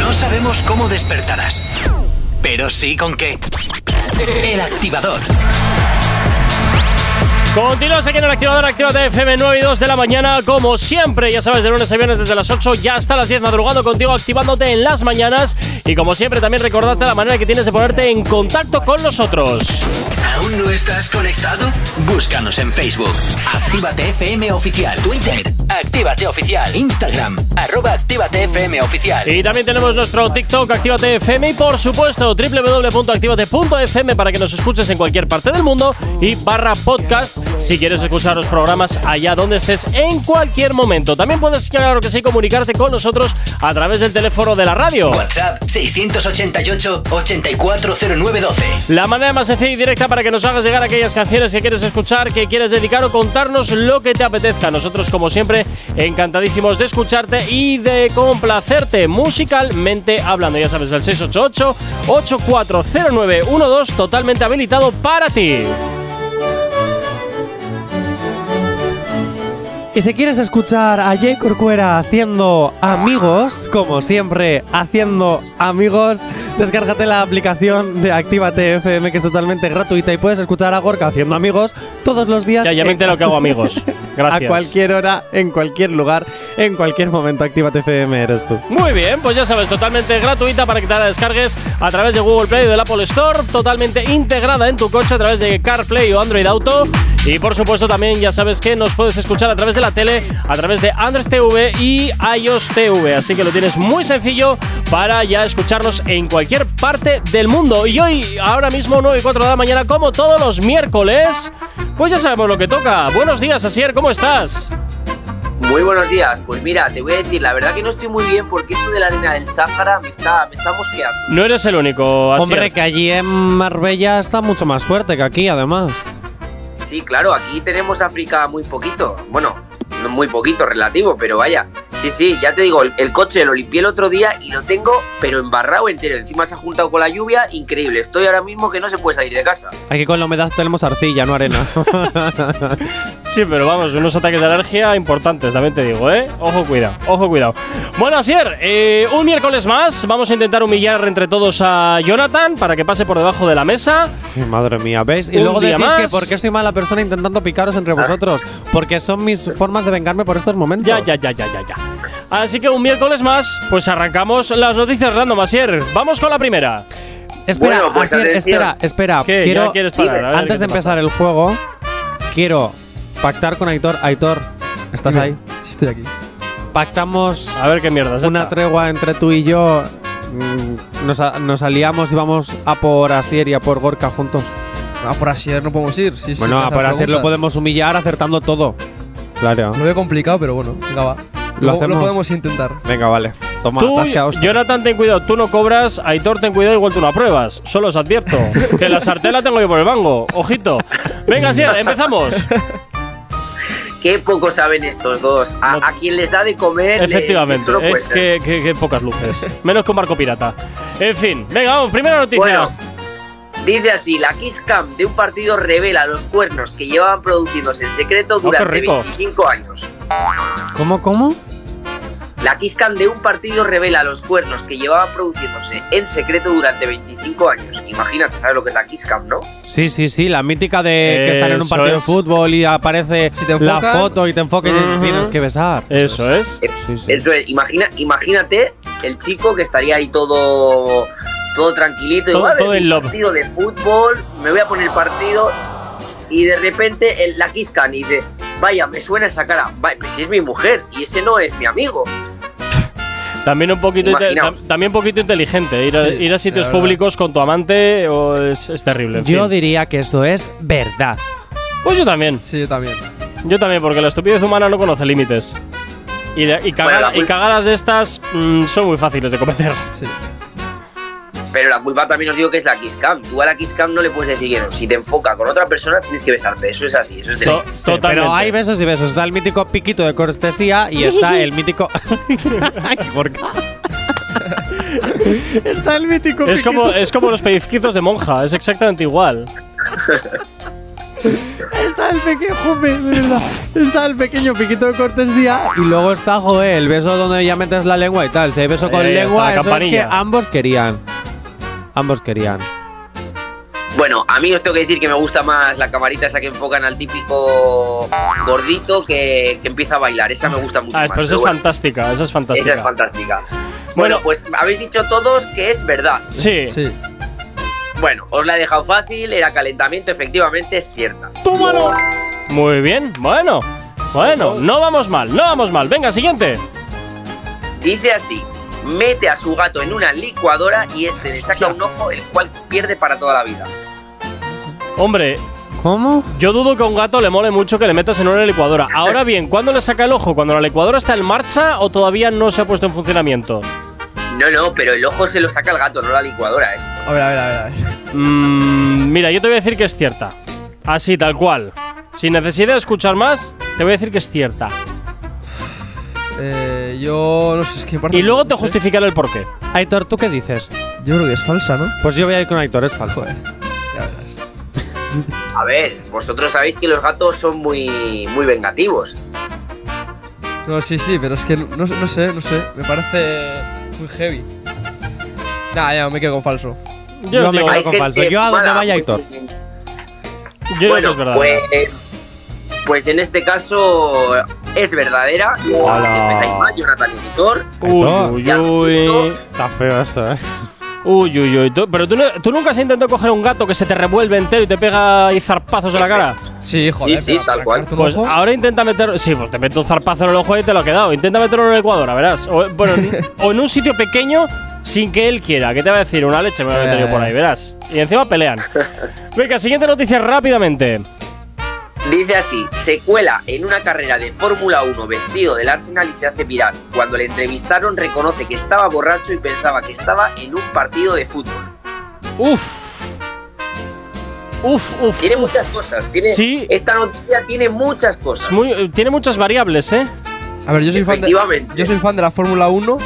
No sabemos cómo despertarás, pero sí con qué. El activador.
Continuas aquí en el activador activa de FM 9 y 2 de la mañana, como siempre, ya sabes, de lunes a viernes desde las 8 ya hasta las 10 madrugando contigo, activándote en las mañanas. Y como siempre, también recordarte la manera que tienes de ponerte en contacto con nosotros.
¿Aún no estás conectado? Búscanos en Facebook. Actívate FM Oficial. Twitter. Actívate Oficial. Instagram. Arroba Actívate FM Oficial.
Y también tenemos nuestro TikTok, Actívate FM y por supuesto www.activate.fm para que nos escuches en cualquier parte del mundo y barra podcast si quieres escuchar los programas allá donde estés en cualquier momento. También puedes, claro que sí, comunicarte con nosotros a través del teléfono de la radio.
WhatsApp 688 840912.
La manera más sencilla y directa para que nos hagas llegar aquellas canciones que quieres escuchar, que quieres dedicar o contarnos lo que te apetezca. Nosotros, como siempre, encantadísimos de escucharte y de complacerte musicalmente hablando. Ya sabes, el 688-840912 totalmente habilitado para ti.
Y si quieres escuchar a Jay Corcuera haciendo amigos, como siempre, haciendo amigos, descárgate la aplicación de Actívate FM que es totalmente gratuita y puedes escuchar a Gorka haciendo amigos todos los días.
Ya, ya me
en-
entero que hago amigos. Gracias.
A cualquier hora, en cualquier lugar, en cualquier momento. Actívate FM eres tú.
Muy bien, pues ya sabes, totalmente gratuita para que te la descargues a través de Google Play o del Apple Store, totalmente integrada en tu coche a través de CarPlay o Android Auto. Y por supuesto también ya sabes que nos puedes escuchar a través de la tele, a través de Android TV y iOS TV. Así que lo tienes muy sencillo para ya escucharnos en cualquier parte del mundo. Y hoy, ahora mismo 9 y 4 de la mañana, como todos los miércoles, pues ya sabemos lo que toca. Buenos días, Asier, ¿cómo estás?
Muy buenos días. Pues mira, te voy a decir, la verdad que no estoy muy bien porque esto de la arena del Sáhara me está, me está mosqueando.
No eres el único, Asier.
Hombre, que allí en Marbella está mucho más fuerte que aquí, además.
Sí, claro, aquí tenemos África muy poquito. Bueno, no muy poquito, relativo, pero vaya. Sí, sí, ya te digo, el, el coche lo limpié el otro día y lo tengo, pero embarrado entero. Encima se ha juntado con la lluvia, increíble. Estoy ahora mismo que no se puede salir de casa.
Aquí con la humedad tenemos arcilla, no arena.
Sí, pero vamos, unos ataques de alergia importantes, también te digo, ¿eh? Ojo, cuidado, ojo, cuidado. Bueno, Asier, eh, un miércoles más. Vamos a intentar humillar entre todos a Jonathan para que pase por debajo de la mesa.
Ay, Madre mía, ¿veis? Y
Un
luego
día
decís que
más.
porque soy mala persona intentando picaros entre vosotros. Porque son mis formas de vengarme por estos momentos.
Ya, ya, ya, ya, ya, ya. Así que un miércoles más, pues arrancamos las noticias random, Asier. Vamos con la primera.
Espera,
Bueno, pues
Asier,
atención.
espera, espera.
¿Qué?
Quiero,
¿Ya quieres parar? A ver qué
antes de
te pasa.
empezar el juego, quiero pactar con Aitor. Aitor, ¿estás ahí?
Sí, estoy aquí.
pactamos
A ver qué mierda es
una
esta.
tregua entre tú y yo, mm, nos, a- nos aliamos y vamos a por Asier y a por Gorka juntos.
Ah, por Asier no podemos ir. Sí, sí,
bueno,
hacer
a por Asier lo
preguntas.
podemos humillar acertando todo. Claro.
Lo veo complicado, pero bueno, venga, va.
¿Lo hacemos?
podemos intentar.
Venga, vale. Toma,
Tú,
atasca, hostia.
Jonathan, ten cuidado, tú no cobras, Aitor, ten cuidado, igual tú no apruebas. Solo os advierto que la sartén la tengo yo por el mango. Ojito. Venga, Sier, empezamos.
Qué poco saben estos dos. A, a quien les da de comer. le-
Efectivamente,
solo puede
es
ser.
que, que- que pocas luces. Menos que un barco pirata. En fin, venga, vamos, primera noticia.
Bueno, dice así: la Kiss Cam de un partido revela los cuernos que llevaban produciéndose en secreto
Oh, qué
durante
rico.
25 años.
¿Cómo, cómo?
La Kiss Cam de un partido revela los cuernos que llevaban produciéndose en secreto durante 25 años. Imagínate, ¿sabes lo que es la Kiss Cam, no?
Sí, sí, sí, la mítica de que están en un
Eso
partido
es.
de fútbol y aparece
Si te
la
enfocan-
foto y te enfocan
Ujú.
y tienes que besar.
Eso es.
Ef-
Sí, sí.
Eso es, imagina, imagínate el chico que estaría ahí todo, todo tranquilito,
Todo-
igual
todo en love.
partido de fútbol, me voy a poner el partido y de repente el, la quiscan y dice, vaya, me suena esa cara, vaya, pues si es mi mujer y ese no es mi amigo.
También un poquito, inte-
Imaginaos.
tam- también poquito inteligente. Ir a,
Sí,
ir a sitios
la verdad.
públicos con tu amante o es, es terrible. en
Yo
fin.
diría que eso es verdad.
Pues yo también.
Sí, yo también.
Yo también, porque la estupidez humana no conoce límites. Y, de- y cagada-
Bueno, la
y
cul-
cagadas de estas mm, son muy fáciles de cometer.
Sí.
Pero la culpa también os digo que es la quiscan. Tú a la quiscan no le puedes decir que no. Si te enfoca con otra persona tienes que besarte. Eso es así, eso es de
So-
ley.
totalmente.
Pero hay besos y besos. Está el mítico piquito de cortesía y está el mítico. Ay, ¿por qué? está el mítico
es,
piquito.
como, es como los pellizquitos de monja, es exactamente igual.
Está el pequeño, joder, de verdad. Está el pequeño piquito de cortesía y luego está, joder, el beso donde ya metes la lengua y tal. Si hay beso
Ahí,
Eh,
con
ahí está
lengua,
la
eso es que
campanilla.
ambos querían. Ambos querían.
Bueno, a mí os tengo que decir que me gusta más la camarita esa que enfocan al típico gordito que, que empieza a bailar. Esa me gusta mucho
Ah,
más.
pero esa
pero
es
bueno,
fantástica, esa es fantástica.
esa es fantástica.
Bueno.
Bueno, pues habéis dicho todos que es verdad.
Sí.
Sí.
Bueno, os la he dejado fácil, era calentamiento, efectivamente es cierta.
Muy bien, bueno. Bueno, no vamos mal, no vamos mal. Venga, siguiente.
Dice así, mete a su gato en una licuadora y este le saca
Hostia.
un ojo el cual pierde para toda la vida.
Hombre,
¿Cómo?
yo dudo que a un gato le mole mucho que le metas en una licuadora. Ahora bien, ¿cuándo le saca el ojo? ¿Cuando la licuadora está en marcha o todavía no se ha puesto en funcionamiento?
No, no, pero el ojo se lo saca el gato, no la licuadora, eh.
A ver, a ver, a ver. a ver.
Mm, mira, yo te voy a decir que es cierta. Así, tal cual. Sin necesidad de escuchar más, te voy a decir que es cierta.
Eh, yo no sé, es que aparte-
Y luego te
no sé.
justificaré el porqué.
Aitor, ¿tú qué dices?
Yo creo que es falsa, ¿no?
Pues yo voy a ir con Aitor, es falso. eh.
Joder. Ya verás.
A ver, vosotros sabéis que los gatos son muy, muy vengativos.
No, sí, sí, pero es que no, no sé- no sé, no sé. Me parece muy heavy. Nah, ya, me quedo con falso.
Yo,
Yo
os digo,
me quedo
yo
Hay
con
gente
falso. Yo a donde
mala,
vaya,
muy
Héctor.
inteligente.
digo que
bueno,
es verdad.
pues, pues en este caso es verdadera.
Ala.
Empezáis mal, Jonathan y Héctor.
Aitor,
Uy, uy,
ya lo
uy.
siento.
Está feo esto, eh.
Uy, uy, uy. Tú- Pero tú, no- tú nunca has intentado coger un gato que se te revuelve entero y te pega y zarpazos en la cara.
Sí, joder.
sí,
pero
tal
para
cual.
quedarte un
Pues
ojo,
ahora intenta meter. Sí, pues te meto un zarpazo en el ojo y te lo ha quedado. Intenta meterlo en el Ecuador, verás. O, bueno, en- o en un sitio pequeño sin que él quiera. ¿Qué te va a decir? Una leche me voy a meter yo por ahí, verás. Y encima pelean. Venga, siguiente noticia rápidamente.
Dice así, se cuela en una carrera de Fórmula 1 vestido del Arsenal y se hace viral. Cuando le entrevistaron reconoce que estaba borracho y pensaba que estaba en un partido de fútbol.
Uf. Uf, uf.
Tiene muchas cosas, tiene,
Sí.
esta noticia tiene muchas
Es
cosas.
muy- eh, tiene muchas variables, ¿eh?
A ver, yo soy fan de,
Efectivamente.
yo soy fan de la Fórmula 1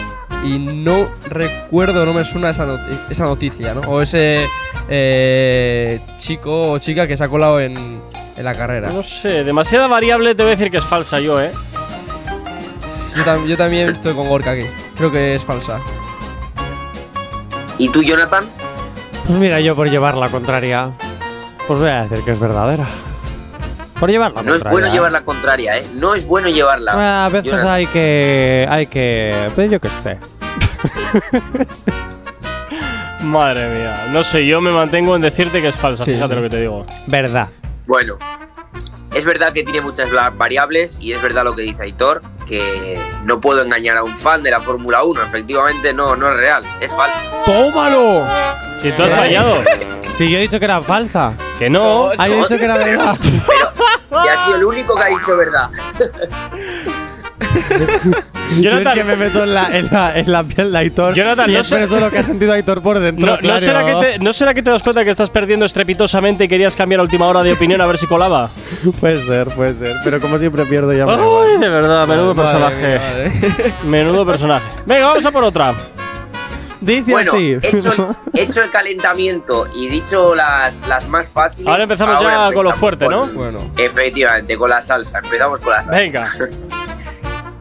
y no recuerdo, no me suena esa, noti- esa noticia, ¿no? O ese eh, chico o chica que se ha colado en, en la carrera.
No sé, demasiada variable te voy a decir que es falsa yo, ¿eh?
Yo, tam- yo también estoy con Gorka aquí. Creo que es falsa.
¿Y tú, Jonathan?
Pues mira, yo por llevar la contraria, pues voy a decir que es verdadera. Por llevar la
No es
contraria.
bueno llevar la contraria, ¿eh? No es bueno llevarla.
A veces
Jonathan.
hay que. Hay que. Pues yo qué sé.
Madre mía. No sé, yo me mantengo en decirte que es falsa.
Sí,
Fíjate
sí.
lo que te digo.
Verdad.
Bueno, es verdad que tiene muchas la- variables y es verdad lo que dice Aitor. que no puedo engañar a un fan de la Fórmula 1. Efectivamente, no, no es real, es falso.
¡Tómalo!
Si tú has
Ay.
fallado.
Si yo he dicho que era falsa.
Que no.
Ah, yo he dicho que era verdad.
Si ha sido el único que ha dicho verdad.
Yo es
Jonathan,
que me meto en la, en la, en la piel de Aitor.
Jonathan,
y
no sé-
expreso lo que ha sentido Aitor por dentro.
no, no
claro.
será que te, ¿no será que te das cuenta que estás perdiendo estrepitosamente y querías cambiar a última hora de opinión a ver si colaba?
Puede ser, puede ser. Pero como siempre pierdo ya. me da igual.
Ay, de verdad, menudo
Madre
personaje.
mía, madre.
Menudo personaje. Venga, vamos a por otra.
Dice
Bueno,
así.
hecho el, hecho el calentamiento y dicho las, las más fáciles.
Ahora empezamos ya con lo
empezamos
fuerte, ¿no?
Bueno,
Eh, Efectivamente, con la salsa. Empezamos con la salsa.
Venga.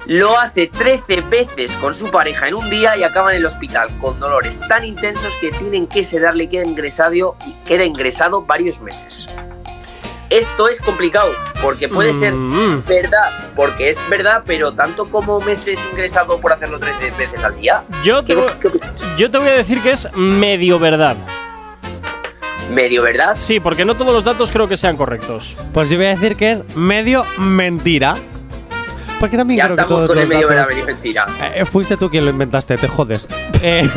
Lo hace 13 veces con su pareja en un día y acaba en el hospital con dolores tan intensos que tienen que sedarle y queda ingresado, y queda ingresado varios meses. Esto es complicado porque puede ser
Mm,
verdad, porque es verdad, pero tanto como meses ingresado por hacerlo 13 veces al día.
yo, te,
¿Qué,
vo-
qué opinas?
yo te voy a decir que es medio verdad.
Medio verdad.
Sí, porque no todos los datos creo que sean correctos.
Pues yo voy a decir que es medio mentira. Porque también
Ya
creo que
estamos
todos
con el
los
medio verdad,
datos-
medio mentira.
Eh, fuiste tú quien lo inventaste, te jodes. Eh,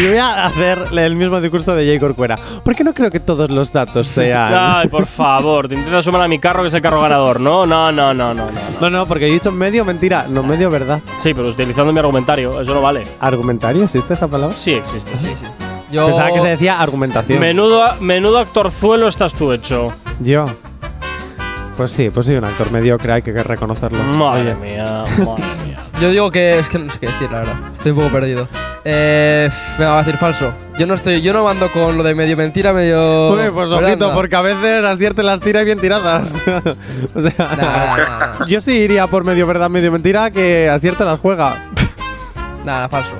yo voy a hacer el mismo discurso de Jay Corcuera. Porque no creo que todos los datos sean.
Ay, por favor, te intentas sumar a mi carro que es el carro ganador. No, no, no, no, no, no. no.
No, no, porque he dicho medio mentira, no medio verdad.
Sí, pero utilizando mi argumentario, eso no vale.
¿Argumentario? ¿Existe esa palabra?
Sí existe, sí.
yo.
Pensaba que se decía argumentación.
Menudo, menudo actorzuelo estás tú hecho.
Yo. Pues sí, pues soy un actor mediocre, hay que reconocerlo.
Madre
Oye,
mía, madre mía.
Yo digo que es que no sé qué decir, la verdad. Estoy un poco perdido. Eh, venga, voy a decir falso. Yo no estoy, yo no mando con lo de medio mentira, medio.
Uy, pues
verdad,
ojito,
nada.
porque a veces aciertes las tira y bien tiradas. o sea,
Nada, nada, nada.
yo sí iría por medio verdad, medio mentira, que acierte las juega.
Nada, falso.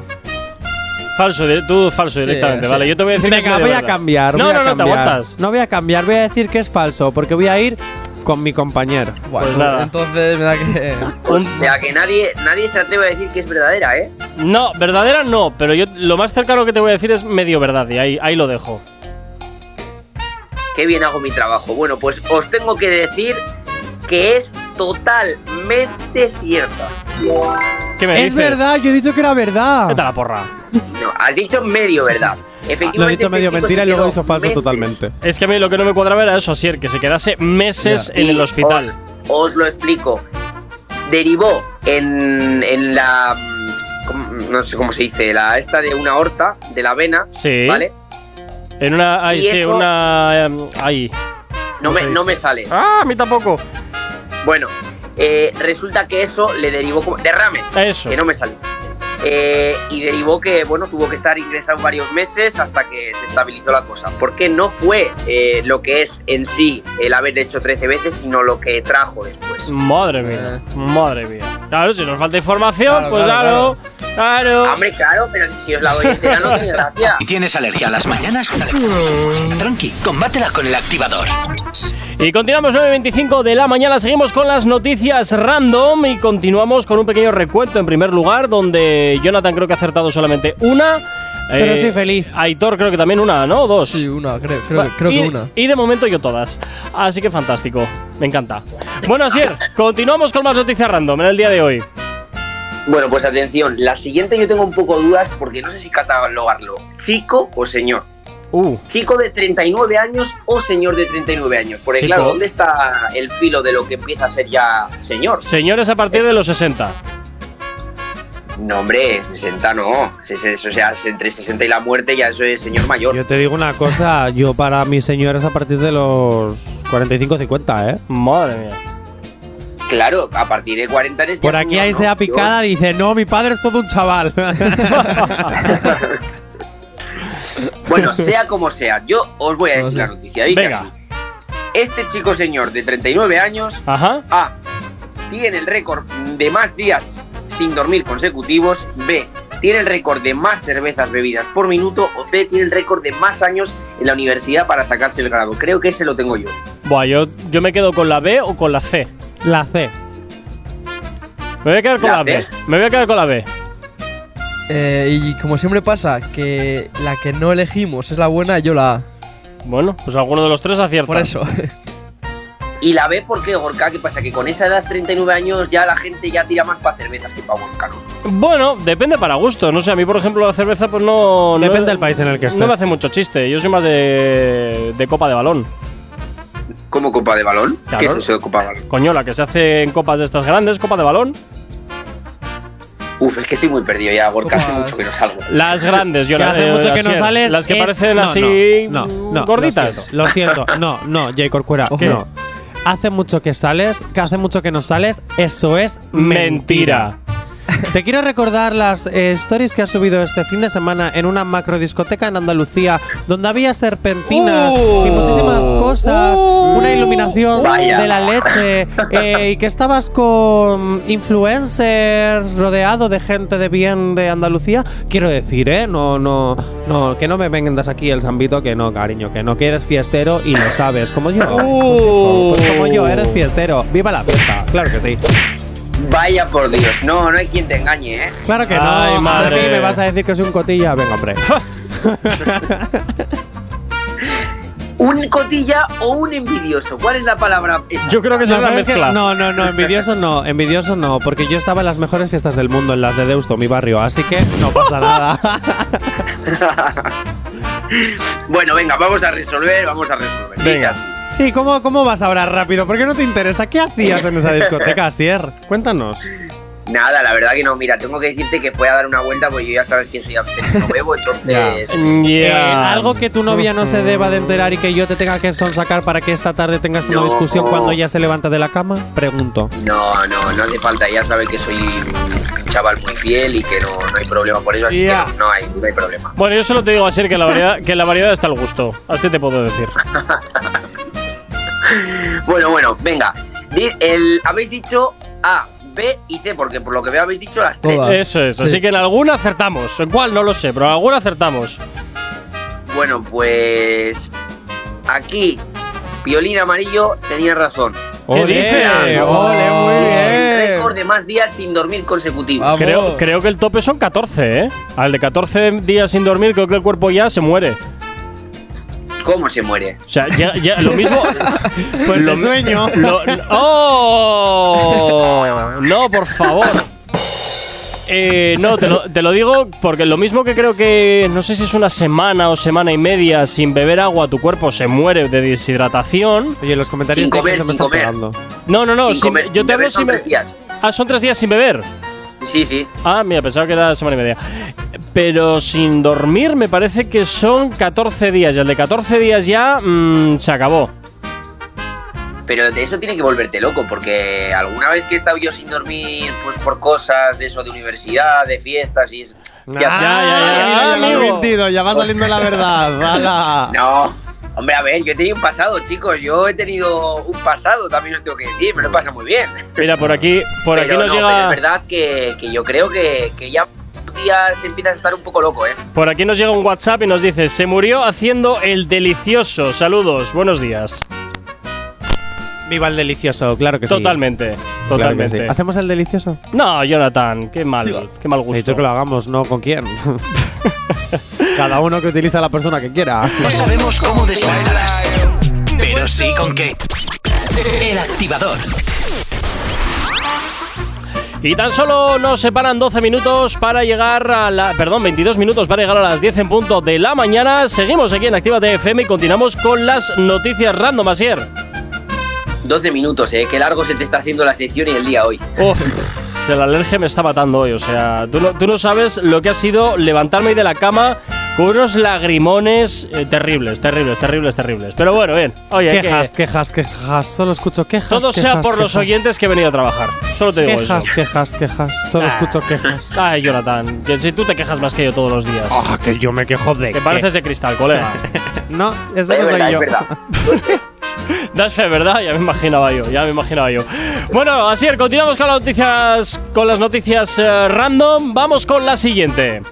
Falso, di- tú falso directamente.
sí.
Vale, yo te voy a decir que es
Venga,
medio
voy a
verdad.
cambiar.
No,
voy a
no, no, te
cambiar.
aguantas.
No voy a cambiar, voy a decir que es falso, porque voy a ir con mi compañero.
Bueno,
Pues nada.
Entonces me da que.
O sea que nadie, nadie se atreve a decir que es verdadera, ¿eh?
No, verdadera no, pero yo lo más cercano que te voy a decir es medio verdad y ahí, ahí lo dejo.
Qué bien hago mi trabajo. Bueno, pues os tengo que decir que es totalmente cierta.
¿Qué me
Es
dices?
verdad, yo he dicho que era verdad.
Vete a la porra.
No, has dicho medio verdad. Efectivamente,
Lo he dicho
este
medio
chico
mentira
se
y luego he
quedó
dicho falso
meses.
totalmente.
Es que a mí lo que no me cuadraba era eso, Asier, que se quedase meses en
Y
el hospital.
Os, os lo explico. Derivó en, en la. mm, ¿cómo- No sé cómo se dice, la esta de una horta, de la vena,
Sí.
¿vale?
En una. Ay,
Y
sí,
eso-
una. em, ahí.
No
No
me,
sé.
no me sale.
Ah, a mí tampoco.
Bueno, eh, resulta que eso le derivó como. Derrame,
Eso.
que no me sale. Eh, y derivó que, bueno, tuvo que estar ingresado varios meses hasta que se estabilizó la cosa. Porque no fue eh, lo que es en sí el haber hecho 13 veces, sino lo que trajo después.
Madre mía. Madre mía. Claro, si nos falta información,
Eh. Claro,
pues claro.
claro,
Claro.
Hombre, claro, pero si- si os la doy entera no tiene gracia.
Si tienes alergia a las mañanas, tranqui, combátela con el activador.
Y continuamos 9.25 de la mañana, seguimos con las noticias random y continuamos con un pequeño recuento en primer lugar, donde Jonathan creo que ha acertado solamente una. Eh,
Pero soy feliz.
Aitor creo que también una, ¿no? O dos.
Sí, una, creo, creo, que-
Va,
creo
y,
que una.
y de momento yo todas. Así que fantástico, me encanta. Bueno, Asier, continuamos con más noticias random en el día de hoy.
Bueno, pues atención, la siguiente yo tengo un poco dudas porque no sé si catalogarlo. Chico o señor.
Uh,
Chico de 39 años o señor de 39 años. Porque
Chico.
claro, ¿dónde está el filo de lo que empieza a ser ya señor?
señores a partir de los 60.
No, hombre, 60 no. Se- se- Eso sea, es entre 60 y la muerte ya eso es señor mayor.
Yo te digo una cosa, yo para mis señores a partir de los 45 50, ¿eh?
Madre mía.
Claro, a partir de 40 eres ya
Por
Este
aquí
señor,
ahí
¿no?
se da picada, dice, no, mi padre es todo un chaval.
Bueno, sea como sea, yo os voy a decir la noticia. Dice
Venga.
así. Este chico señor de 39 años
Ajá.
A. Tiene el récord de más días sin dormir consecutivos. B. Tiene el récord de más cervezas bebidas por minuto. O C. Tiene el récord de más años en la universidad para sacarse el grado. Creo que ese lo tengo yo.
Buah, yo, yo me quedo con la B o con la C.
La C.
Me voy a quedar con la,
La
B.
C.
Me voy a quedar con la B.
Eh, y como siempre pasa, que la que no elegimos es la buena, yo la.
Bueno, pues alguno de los tres acierta.
Por eso.
Y la B, ¿por qué, Gorka? ¿Qué pasa? Que con esa edad, 39 años, ya la gente ya tira más para cervezas que para vodka, ¿no?
Bueno, depende para gustos. No sé, a mí, por ejemplo, la cerveza, pues no. no-
Depende del país en el que estés.
No me hace mucho chiste. Yo soy más de, de copa de balón.
¿Cómo copa de balón?
Claro.
¿Qué es eso de copa de balón?
Coño, la que se hace en copas de estas grandes, copa de balón.
Uf, es que estoy muy perdido ya, Gorka. Hace
Copas.
mucho que no salgo.
Las grandes, yo
Que hace mucho que no sales.
Las que
es-
parecen
no,
así
no, no, no,
gorditas.
Lo siento, lo siento. no, no, J. Corcuera,
¿Qué?
no. Hace mucho que sales, que hace mucho que no sales, eso es
Mentira.
Te quiero recordar las eh, stories que has subido este fin de semana en una macro discoteca en Andalucía, donde había serpentinas
Uh.
y muchísimas cosas,
Uh.
una iluminación
Vaya.
de la leche, eh, y que estabas con influencers rodeado de gente de bien de Andalucía. Quiero decir, ¿eh? No, no, no, que no me vengas aquí el zambito, que no, cariño, que no, que eres fiestero y lo sabes, como yo. Pues como yo, eres fiestero. ¡Viva la fiesta! Claro que sí.
Vaya por Dios, no, no hay quien te engañe, ¿eh?
Claro que
Ay,
no.
madre.
A mí me vas a decir que soy un cotilla. Venga, hombre.
¿Un cotilla o un envidioso? ¿Cuál es la palabra esa?
Yo creo que es
No,
una
¿sabes qué?
mezcla.
no, no, no, envidioso no, envidioso no, porque yo estaba en las mejores fiestas del mundo, en las de Deusto, mi barrio, así que no pasa nada.
Bueno, venga, vamos a resolver, vamos a resolver.
Venga.
Dice así.
sí, ¿cómo, ¿cómo vas ahora rápido? ¿Por qué no te interesa? ¿Qué hacías en esa discoteca, Sier? Cuéntanos.
Nada, la verdad que no, mira, tengo que decirte que fue a dar una vuelta porque yo ya sabes quién soy abstemio, no bebo, entonces.
Yeah.
Eh, algo que tu novia no se deba de enterar y que yo te tenga que sonsacar para que esta tarde tengas una
No.
discusión cuando ella se levanta de la cama, pregunto.
No, no, no hace falta, ya sabes que soy un chaval muy fiel y que no, no hay problema por eso, así
Ya.
que no, no hay, no hay problema.
Bueno, yo solo te digo así que la variedad, que la variedad está al gusto. Así te puedo decir.
Bueno, bueno, venga. Di- el- habéis dicho A, B y C, porque por lo que veo habéis dicho las tres.
Todas.
Eso es. Así
Sí.
que en alguna acertamos. En cuál no lo sé, pero en alguna acertamos.
Bueno, pues. Aquí, Violín Amarillo tenía razón.
¿Qué dices?
¡Ole, muy
El
bien!
récord de más días sin dormir consecutivos.
Vamos.
Creo, creo que el tope son 14, ¿eh? Al de 14 días sin dormir, creo que el cuerpo ya se muere.
¿Cómo se muere?
O sea, ya, ya- lo mismo.
Pues
lo
de sueño.
lo- ¡Oh! No, por favor. Eh, no, te lo, te lo digo porque lo mismo que creo que no sé si es una semana o semana y media sin beber agua, tu cuerpo se muere de deshidratación.
Oye, los comentarios
Sin
de aquí
comer,
se me
sin
están
comer.
pegando.
No, no, no.
sin
sin-
comer,
yo
sin
te hablo
beber son
sin be-
tres días.
Ah, son tres días sin beber.
Sí, sí.
Ah, mira, pensaba que era semana y media. Pero sin dormir me parece que son 14 días. Y el de 14 días ya mm, se acabó.
Pero de eso tiene que volverte loco, porque alguna vez que he estado yo sin dormir, pues por cosas de eso, de universidad, de fiestas y eso.
Ah, ya, ya,
mira, lo he
amigo.
mentido, ya va saliendo la verdad. hala.
No, hombre, a ver, yo he tenido un pasado, chicos. Yo he tenido un pasado, también os tengo que decir, me lo pasa muy bien.
Mira, por aquí, por aquí
pero
nos
no, pero
llega.
es verdad que, que yo creo que, que ya los días empiezan a estar un poco loco, ¿eh?
Por aquí nos llega un WhatsApp y nos dice, se murió haciendo el delicioso. Saludos, buenos días.
Viva el delicioso, claro que sí.
Totalmente,
Claro que
totalmente.
sí. ¿Hacemos el delicioso?
No, Jonathan, qué mal, qué mal
He dicho
gusto.
que lo hagamos, ¿no? ¿Con quién? Cada uno que utiliza a la persona que quiera.
No sabemos cómo despertarás, pero sí con qué. El activador.
Y tan solo nos separan 12 minutos para llegar a la. Perdón, 22 minutos para llegar a las 10 en punto de la mañana. Seguimos aquí en Activa FM y continuamos con las noticias random, Asier.
12 minutos, ¿eh? Qué largo se te está haciendo la sección y el día hoy.
Uf, o sea, la alergia me está matando hoy. O sea, tú no, tú no sabes lo que ha sido levantarme de la cama con unos lagrimones eh, terribles, terribles, terribles, terribles. Pero bueno, bien. Oye, hay que-
Quejas, quejas, quejas. Solo escucho quejas.
todo
quejas,
sea por
quejas.
los oyentes que he venido a trabajar. Solo te digo
Quejas,
eso.
quejas, quejas. Solo
Ah.
escucho quejas.
Ay, Jonathan, que si tú te quejas más que yo todos los días.
Ah, que yo me quejo de.
Te pareces de cristal, colega.
No, eso
es
no soy
verdad, es
yo.
verdad.
Das fe, ¿verdad? Ya me imaginaba yo, ya me imaginaba yo. Bueno, Asier, continuamos con las noticias, con las noticias eh, random. Vamos con la siguiente.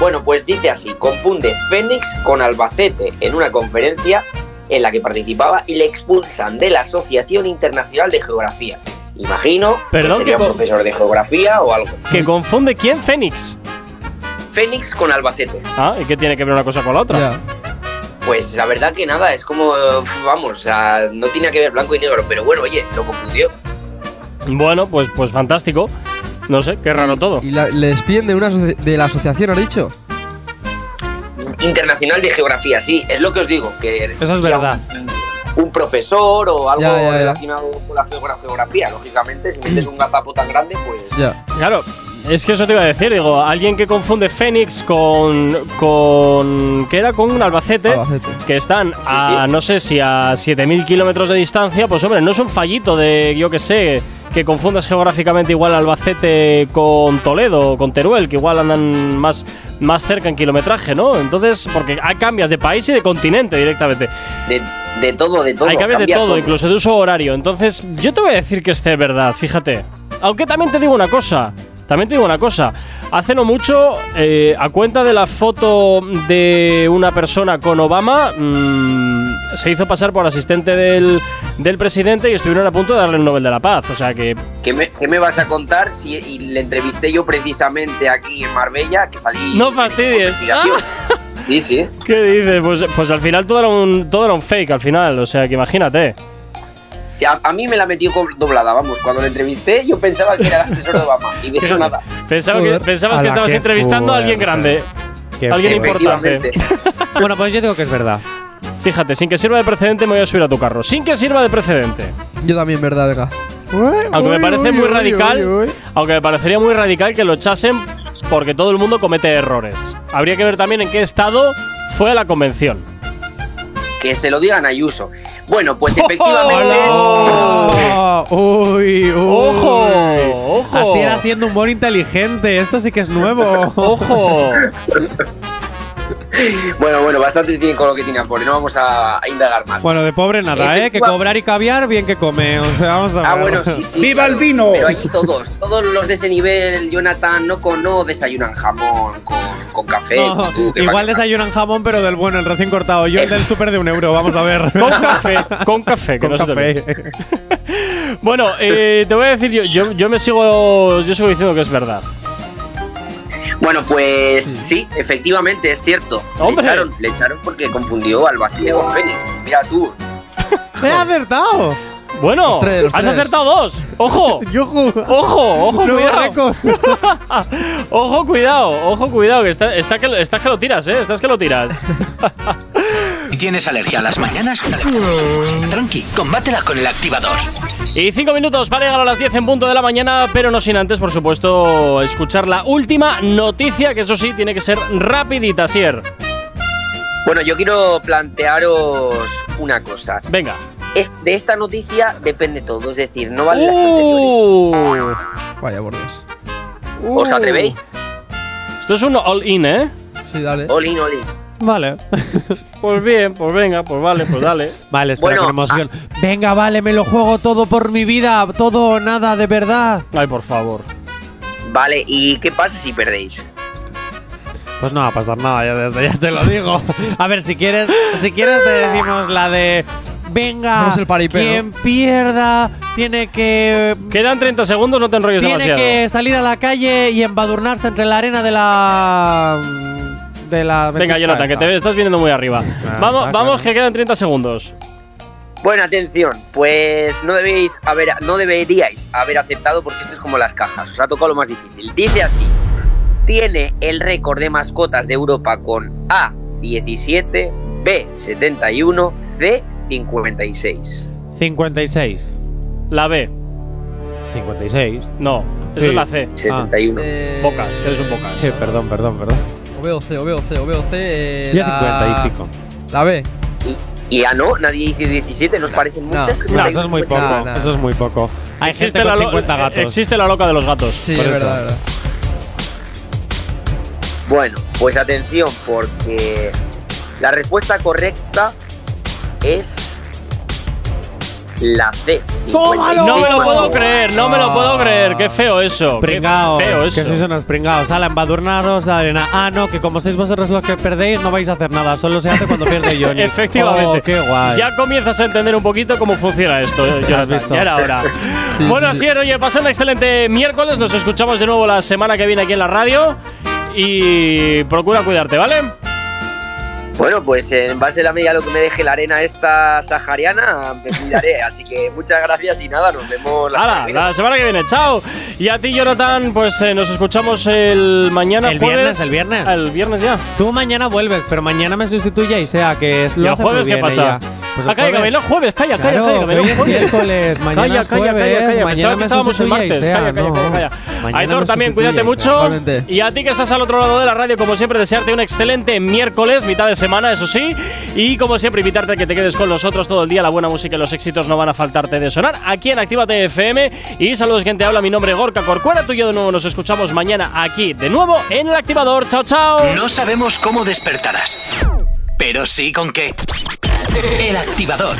Bueno, pues dice así, confunde Fénix con Albacete en una conferencia en la que participaba y le expulsan de la Asociación Internacional de Geografía. Imagino
Perdón,
que sería
que
un
co-
profesor de geografía o algo.
¿Que confunde quién? Fénix.
Fénix con Albacete.
Ah, ¿y qué tiene que ver una cosa con la otra?
Ya.
Pues la verdad que nada, es como, uf, vamos, o sea, no tenía que ver blanco y negro, pero bueno, oye, lo confundió.
Bueno, pues, pues fantástico. No sé, qué raro todo.
Y la- le despiden de, una asoci- de la asociación, ha dicho.
Internacional de Geografía, sí, es lo que os digo, que
Eso es
sería
verdad.
Un, un profesor o algo
Ya, ya, ya.
relacionado con la geogra- geografía, lógicamente, si metes un gazapo tan grande, pues...
Ya.
Claro, es que eso te iba a decir, digo, alguien que confunde Fénix con. con. que era con un Albacete.
Albacete.
Que están a no sé si a 7000 kilómetros de distancia, pues hombre, no es un fallito de yo que sé, que confundas geográficamente igual Albacete con Toledo o con Teruel, que igual andan más, más cerca en kilometraje, ¿no? Entonces, porque ah, cambias de país y de continente directamente.
De, de todo, de todo.
Hay que haber de
cambia
todo, incluso de uso horario. Entonces, yo te voy a decir que este es verdad, fíjate. Aunque también te digo una cosa. También te digo una cosa. Hace no mucho, eh, a cuenta de la foto de una persona con Obama, mm, se hizo pasar por asistente del, del presidente y estuvieron a punto de darle el Nobel de la Paz. O sea que.
¿Qué me, qué me vas a contar si y le entrevisté yo precisamente aquí en Marbella, que salí...
No fastidies. Ah.
por investigación? Sí, sí.
¿Qué dices? Pues, pues al final todo era, un, todo era un fake, al final. O sea que imagínate.
Que A, a mí me la metió co- doblada, vamos. Cuando le entrevisté, yo pensaba que era el asesor de Obama. Y de eso nada.
Pensaba que,
Joder.
pensabas que
Ala,
estabas
qué
entrevistando a alguien
fuerte.
grande.
Qué
Alguien
fuerte.
importante.
Efectivamente.
bueno, pues yo digo que es verdad.
Fíjate, sin que sirva de precedente me voy a subir a tu carro. Sin que sirva de precedente.
Yo también, ¿verdad, Vega?
Aunque me parece muy radical, aunque me parecería muy radical que lo echasen porque todo el mundo comete errores. Habría que ver también en qué estado fue a la convención.
Que se lo digan a Ayuso. Bueno, pues efectivamente.
¡Hola! ¡Uy, uy!
¡Ojo! ¡Ojo!
Así era haciendo humor inteligente. Esto sí que es nuevo.
¡Ojo!
Bueno, bueno, bastante tiene con lo que tiene Apple. No vamos a, a indagar más.
bueno, de pobre nada, ¿eh? Que
Efectua-
cobrar y caviar, bien que come. O sea, vamos a ver.
Este Ah, bueno, sí, sí.
¡Viva
claro.
el vino!
Pero allí todos, todos los de ese nivel, Jonathan, no, con, no desayunan jamón con, con café.
No,
con tú, que
igual
va-
desayunan jamón, pero del bueno, el recién cortado. Yo el del súper de un euro, vamos a ver.
Con café, con café, que
Con
no se te olvide.
café.
Bueno, eh, te voy a decir, yo, yo, yo me sigo. Yo sigo diciendo que es verdad.
Bueno, pues sí, efectivamente, es cierto.
Hombre.
Le echaron, le echaron porque confundió al Albacete con Fénix. Mira tú.
¡He acertado!
Bueno,
Los tres, los
has
tres.
acertado dos. ¡Ojo!
Yo ju-
¡Ojo! ¡Ojo!
Nuevo
cuidado.
récord.
ojo, cuidado, ojo, cuidado, que está, está que, lo- estás que lo tiras, ¿eh? Estás que lo tiras.
¿Tienes alergia a las mañanas? Tranqui, combátela con el activador.
y cinco minutos para llegar a las 10 en punto de la mañana, pero no sin antes, por supuesto, escuchar la última noticia, que eso sí, tiene que ser rapidita, Sier.
Bueno, yo quiero plantearos una cosa.
Venga.
Es- de esta noticia depende todo, es decir, no valen las anteriores.
Uh,
Vaya, por Dios.
¿Os
Uh.
atrevéis?
esto es un all-in, ¿eh?
Sí, dale.
Olin, olin.
Vale.
Pues bien, pues venga, pues vale, pues dale.
Vale, espera
Bueno, ah.
con emoción. Venga, vale, me lo juego todo por mi vida. Todo o nada, de verdad.
Ay, por favor.
Vale, ¿y qué pasa si perdéis?
Pues no va a pasar nada, ya desde ya te lo digo. A ver, si quieres, si quieres te decimos la de. Venga,
Vamos el paripé, ¿no?
quien pierda tiene que.
Quedan 30 segundos, no te enrolles
Tiene
demasiado.
que salir a la calle y embadurnarse entre la arena de la. De la.
Venga,
ventisca
Jonathan, que
esta.
te ves- estás viniendo muy arriba.
Ah,
vamos,
está
vamos,
claro.
que quedan 30 segundos.
Bueno, atención, pues no debéis haber, no deberíais haber aceptado porque esto es como las cajas, os ha tocado lo más difícil. Dice así: tiene el récord de mascotas de Europa con A 17, B 71, C 56.
56.
La B.
56.
No, esa
Sí.
es la C.
71.
Eh,
Bocas, eres un bocas.
Sí, perdón, perdón, perdón.
O veo C, o veo C, o veo C. eh,
Yo 50
la,
y pico.
La B.
Y, y A no, nadie dice 17, nos parecen
no,
muchas.
No, eso es muy poco.
No, no.
Eso es muy poco. Hay
Existe
gente
la,
con
lo- eh,
50 gatos.
existe la loca de los gatos.
Sí,
Por
es
eso.
verdad, verdad.
Bueno, pues atención, porque la respuesta correcta es la C.
¡Tómalo!
No me lo
Oh.
puedo creer, no me lo puedo
Ah.
creer. Qué feo eso. Qué
Pringaos,
feo
que sois
eso.
unos pringaos. Ala, embadurnaros de arena. Ah, no, que como sois vosotros los que perdéis, no vais a hacer nada. Solo se hace cuando pierde Johnny.
Efectivamente.
Oh, qué guay.
Ya comienzas a entender un poquito cómo funciona esto. eh, Jonathan.
visto.
Ya era hora.
Sí,
bueno,
sí,
así
sí.
es, oye, pasad un excelente miércoles. Nos escuchamos de nuevo la semana que viene aquí en la radio. Y procura cuidarte, ¿vale?
Bueno, pues en base a la medida de lo que me deje la arena esta sahariana, me cuidaré. Así que muchas gracias y nada, nos vemos la
Hala, la semana que viene, chao. Y a ti, Jonathan, pues eh, nos escuchamos el mañana
El
jueves. Ah,
viernes, el viernes.
El viernes ya.
Tú mañana vuelves, pero mañana me sustituye y sea que es
¿Y
lo
el
hace
jueves
muy
qué
bien
pasa?
ella. Pues el
Ah, calla,
jueves-
Gabriel, el jueves, calla, calla,
Claro,
calla,
que
Gabriel,
hoy
el
es
jueves.
miércoles, mañana
calla,
es
calla,
jueves,
calla, calla.
mañana
Pensaba que
me
estábamos el
sustituye y
martes.
sea,
calla, calla,
no.
calla, calla.
Mañana
Aitor,
me
también
sustituye
cuídate
y
mucho.
sea.
Igualmente.
Y a ti que estás al otro lado de la radio, como siempre, desearte un excelente miércoles, mitad de semana, eso sí. Y como siempre, invitarte a que te quedes con nosotros todo el día. La buena música y los éxitos no van a faltarte de sonar aquí en Actívate FM. Y saludos, quien te habla. Mi nombre es Gorka Corcuera. Tú y yo de nuevo nos escuchamos mañana aquí, de nuevo en El Activador. Chao, chao.
No sabemos cómo despertarás, pero sí con qué. El activador.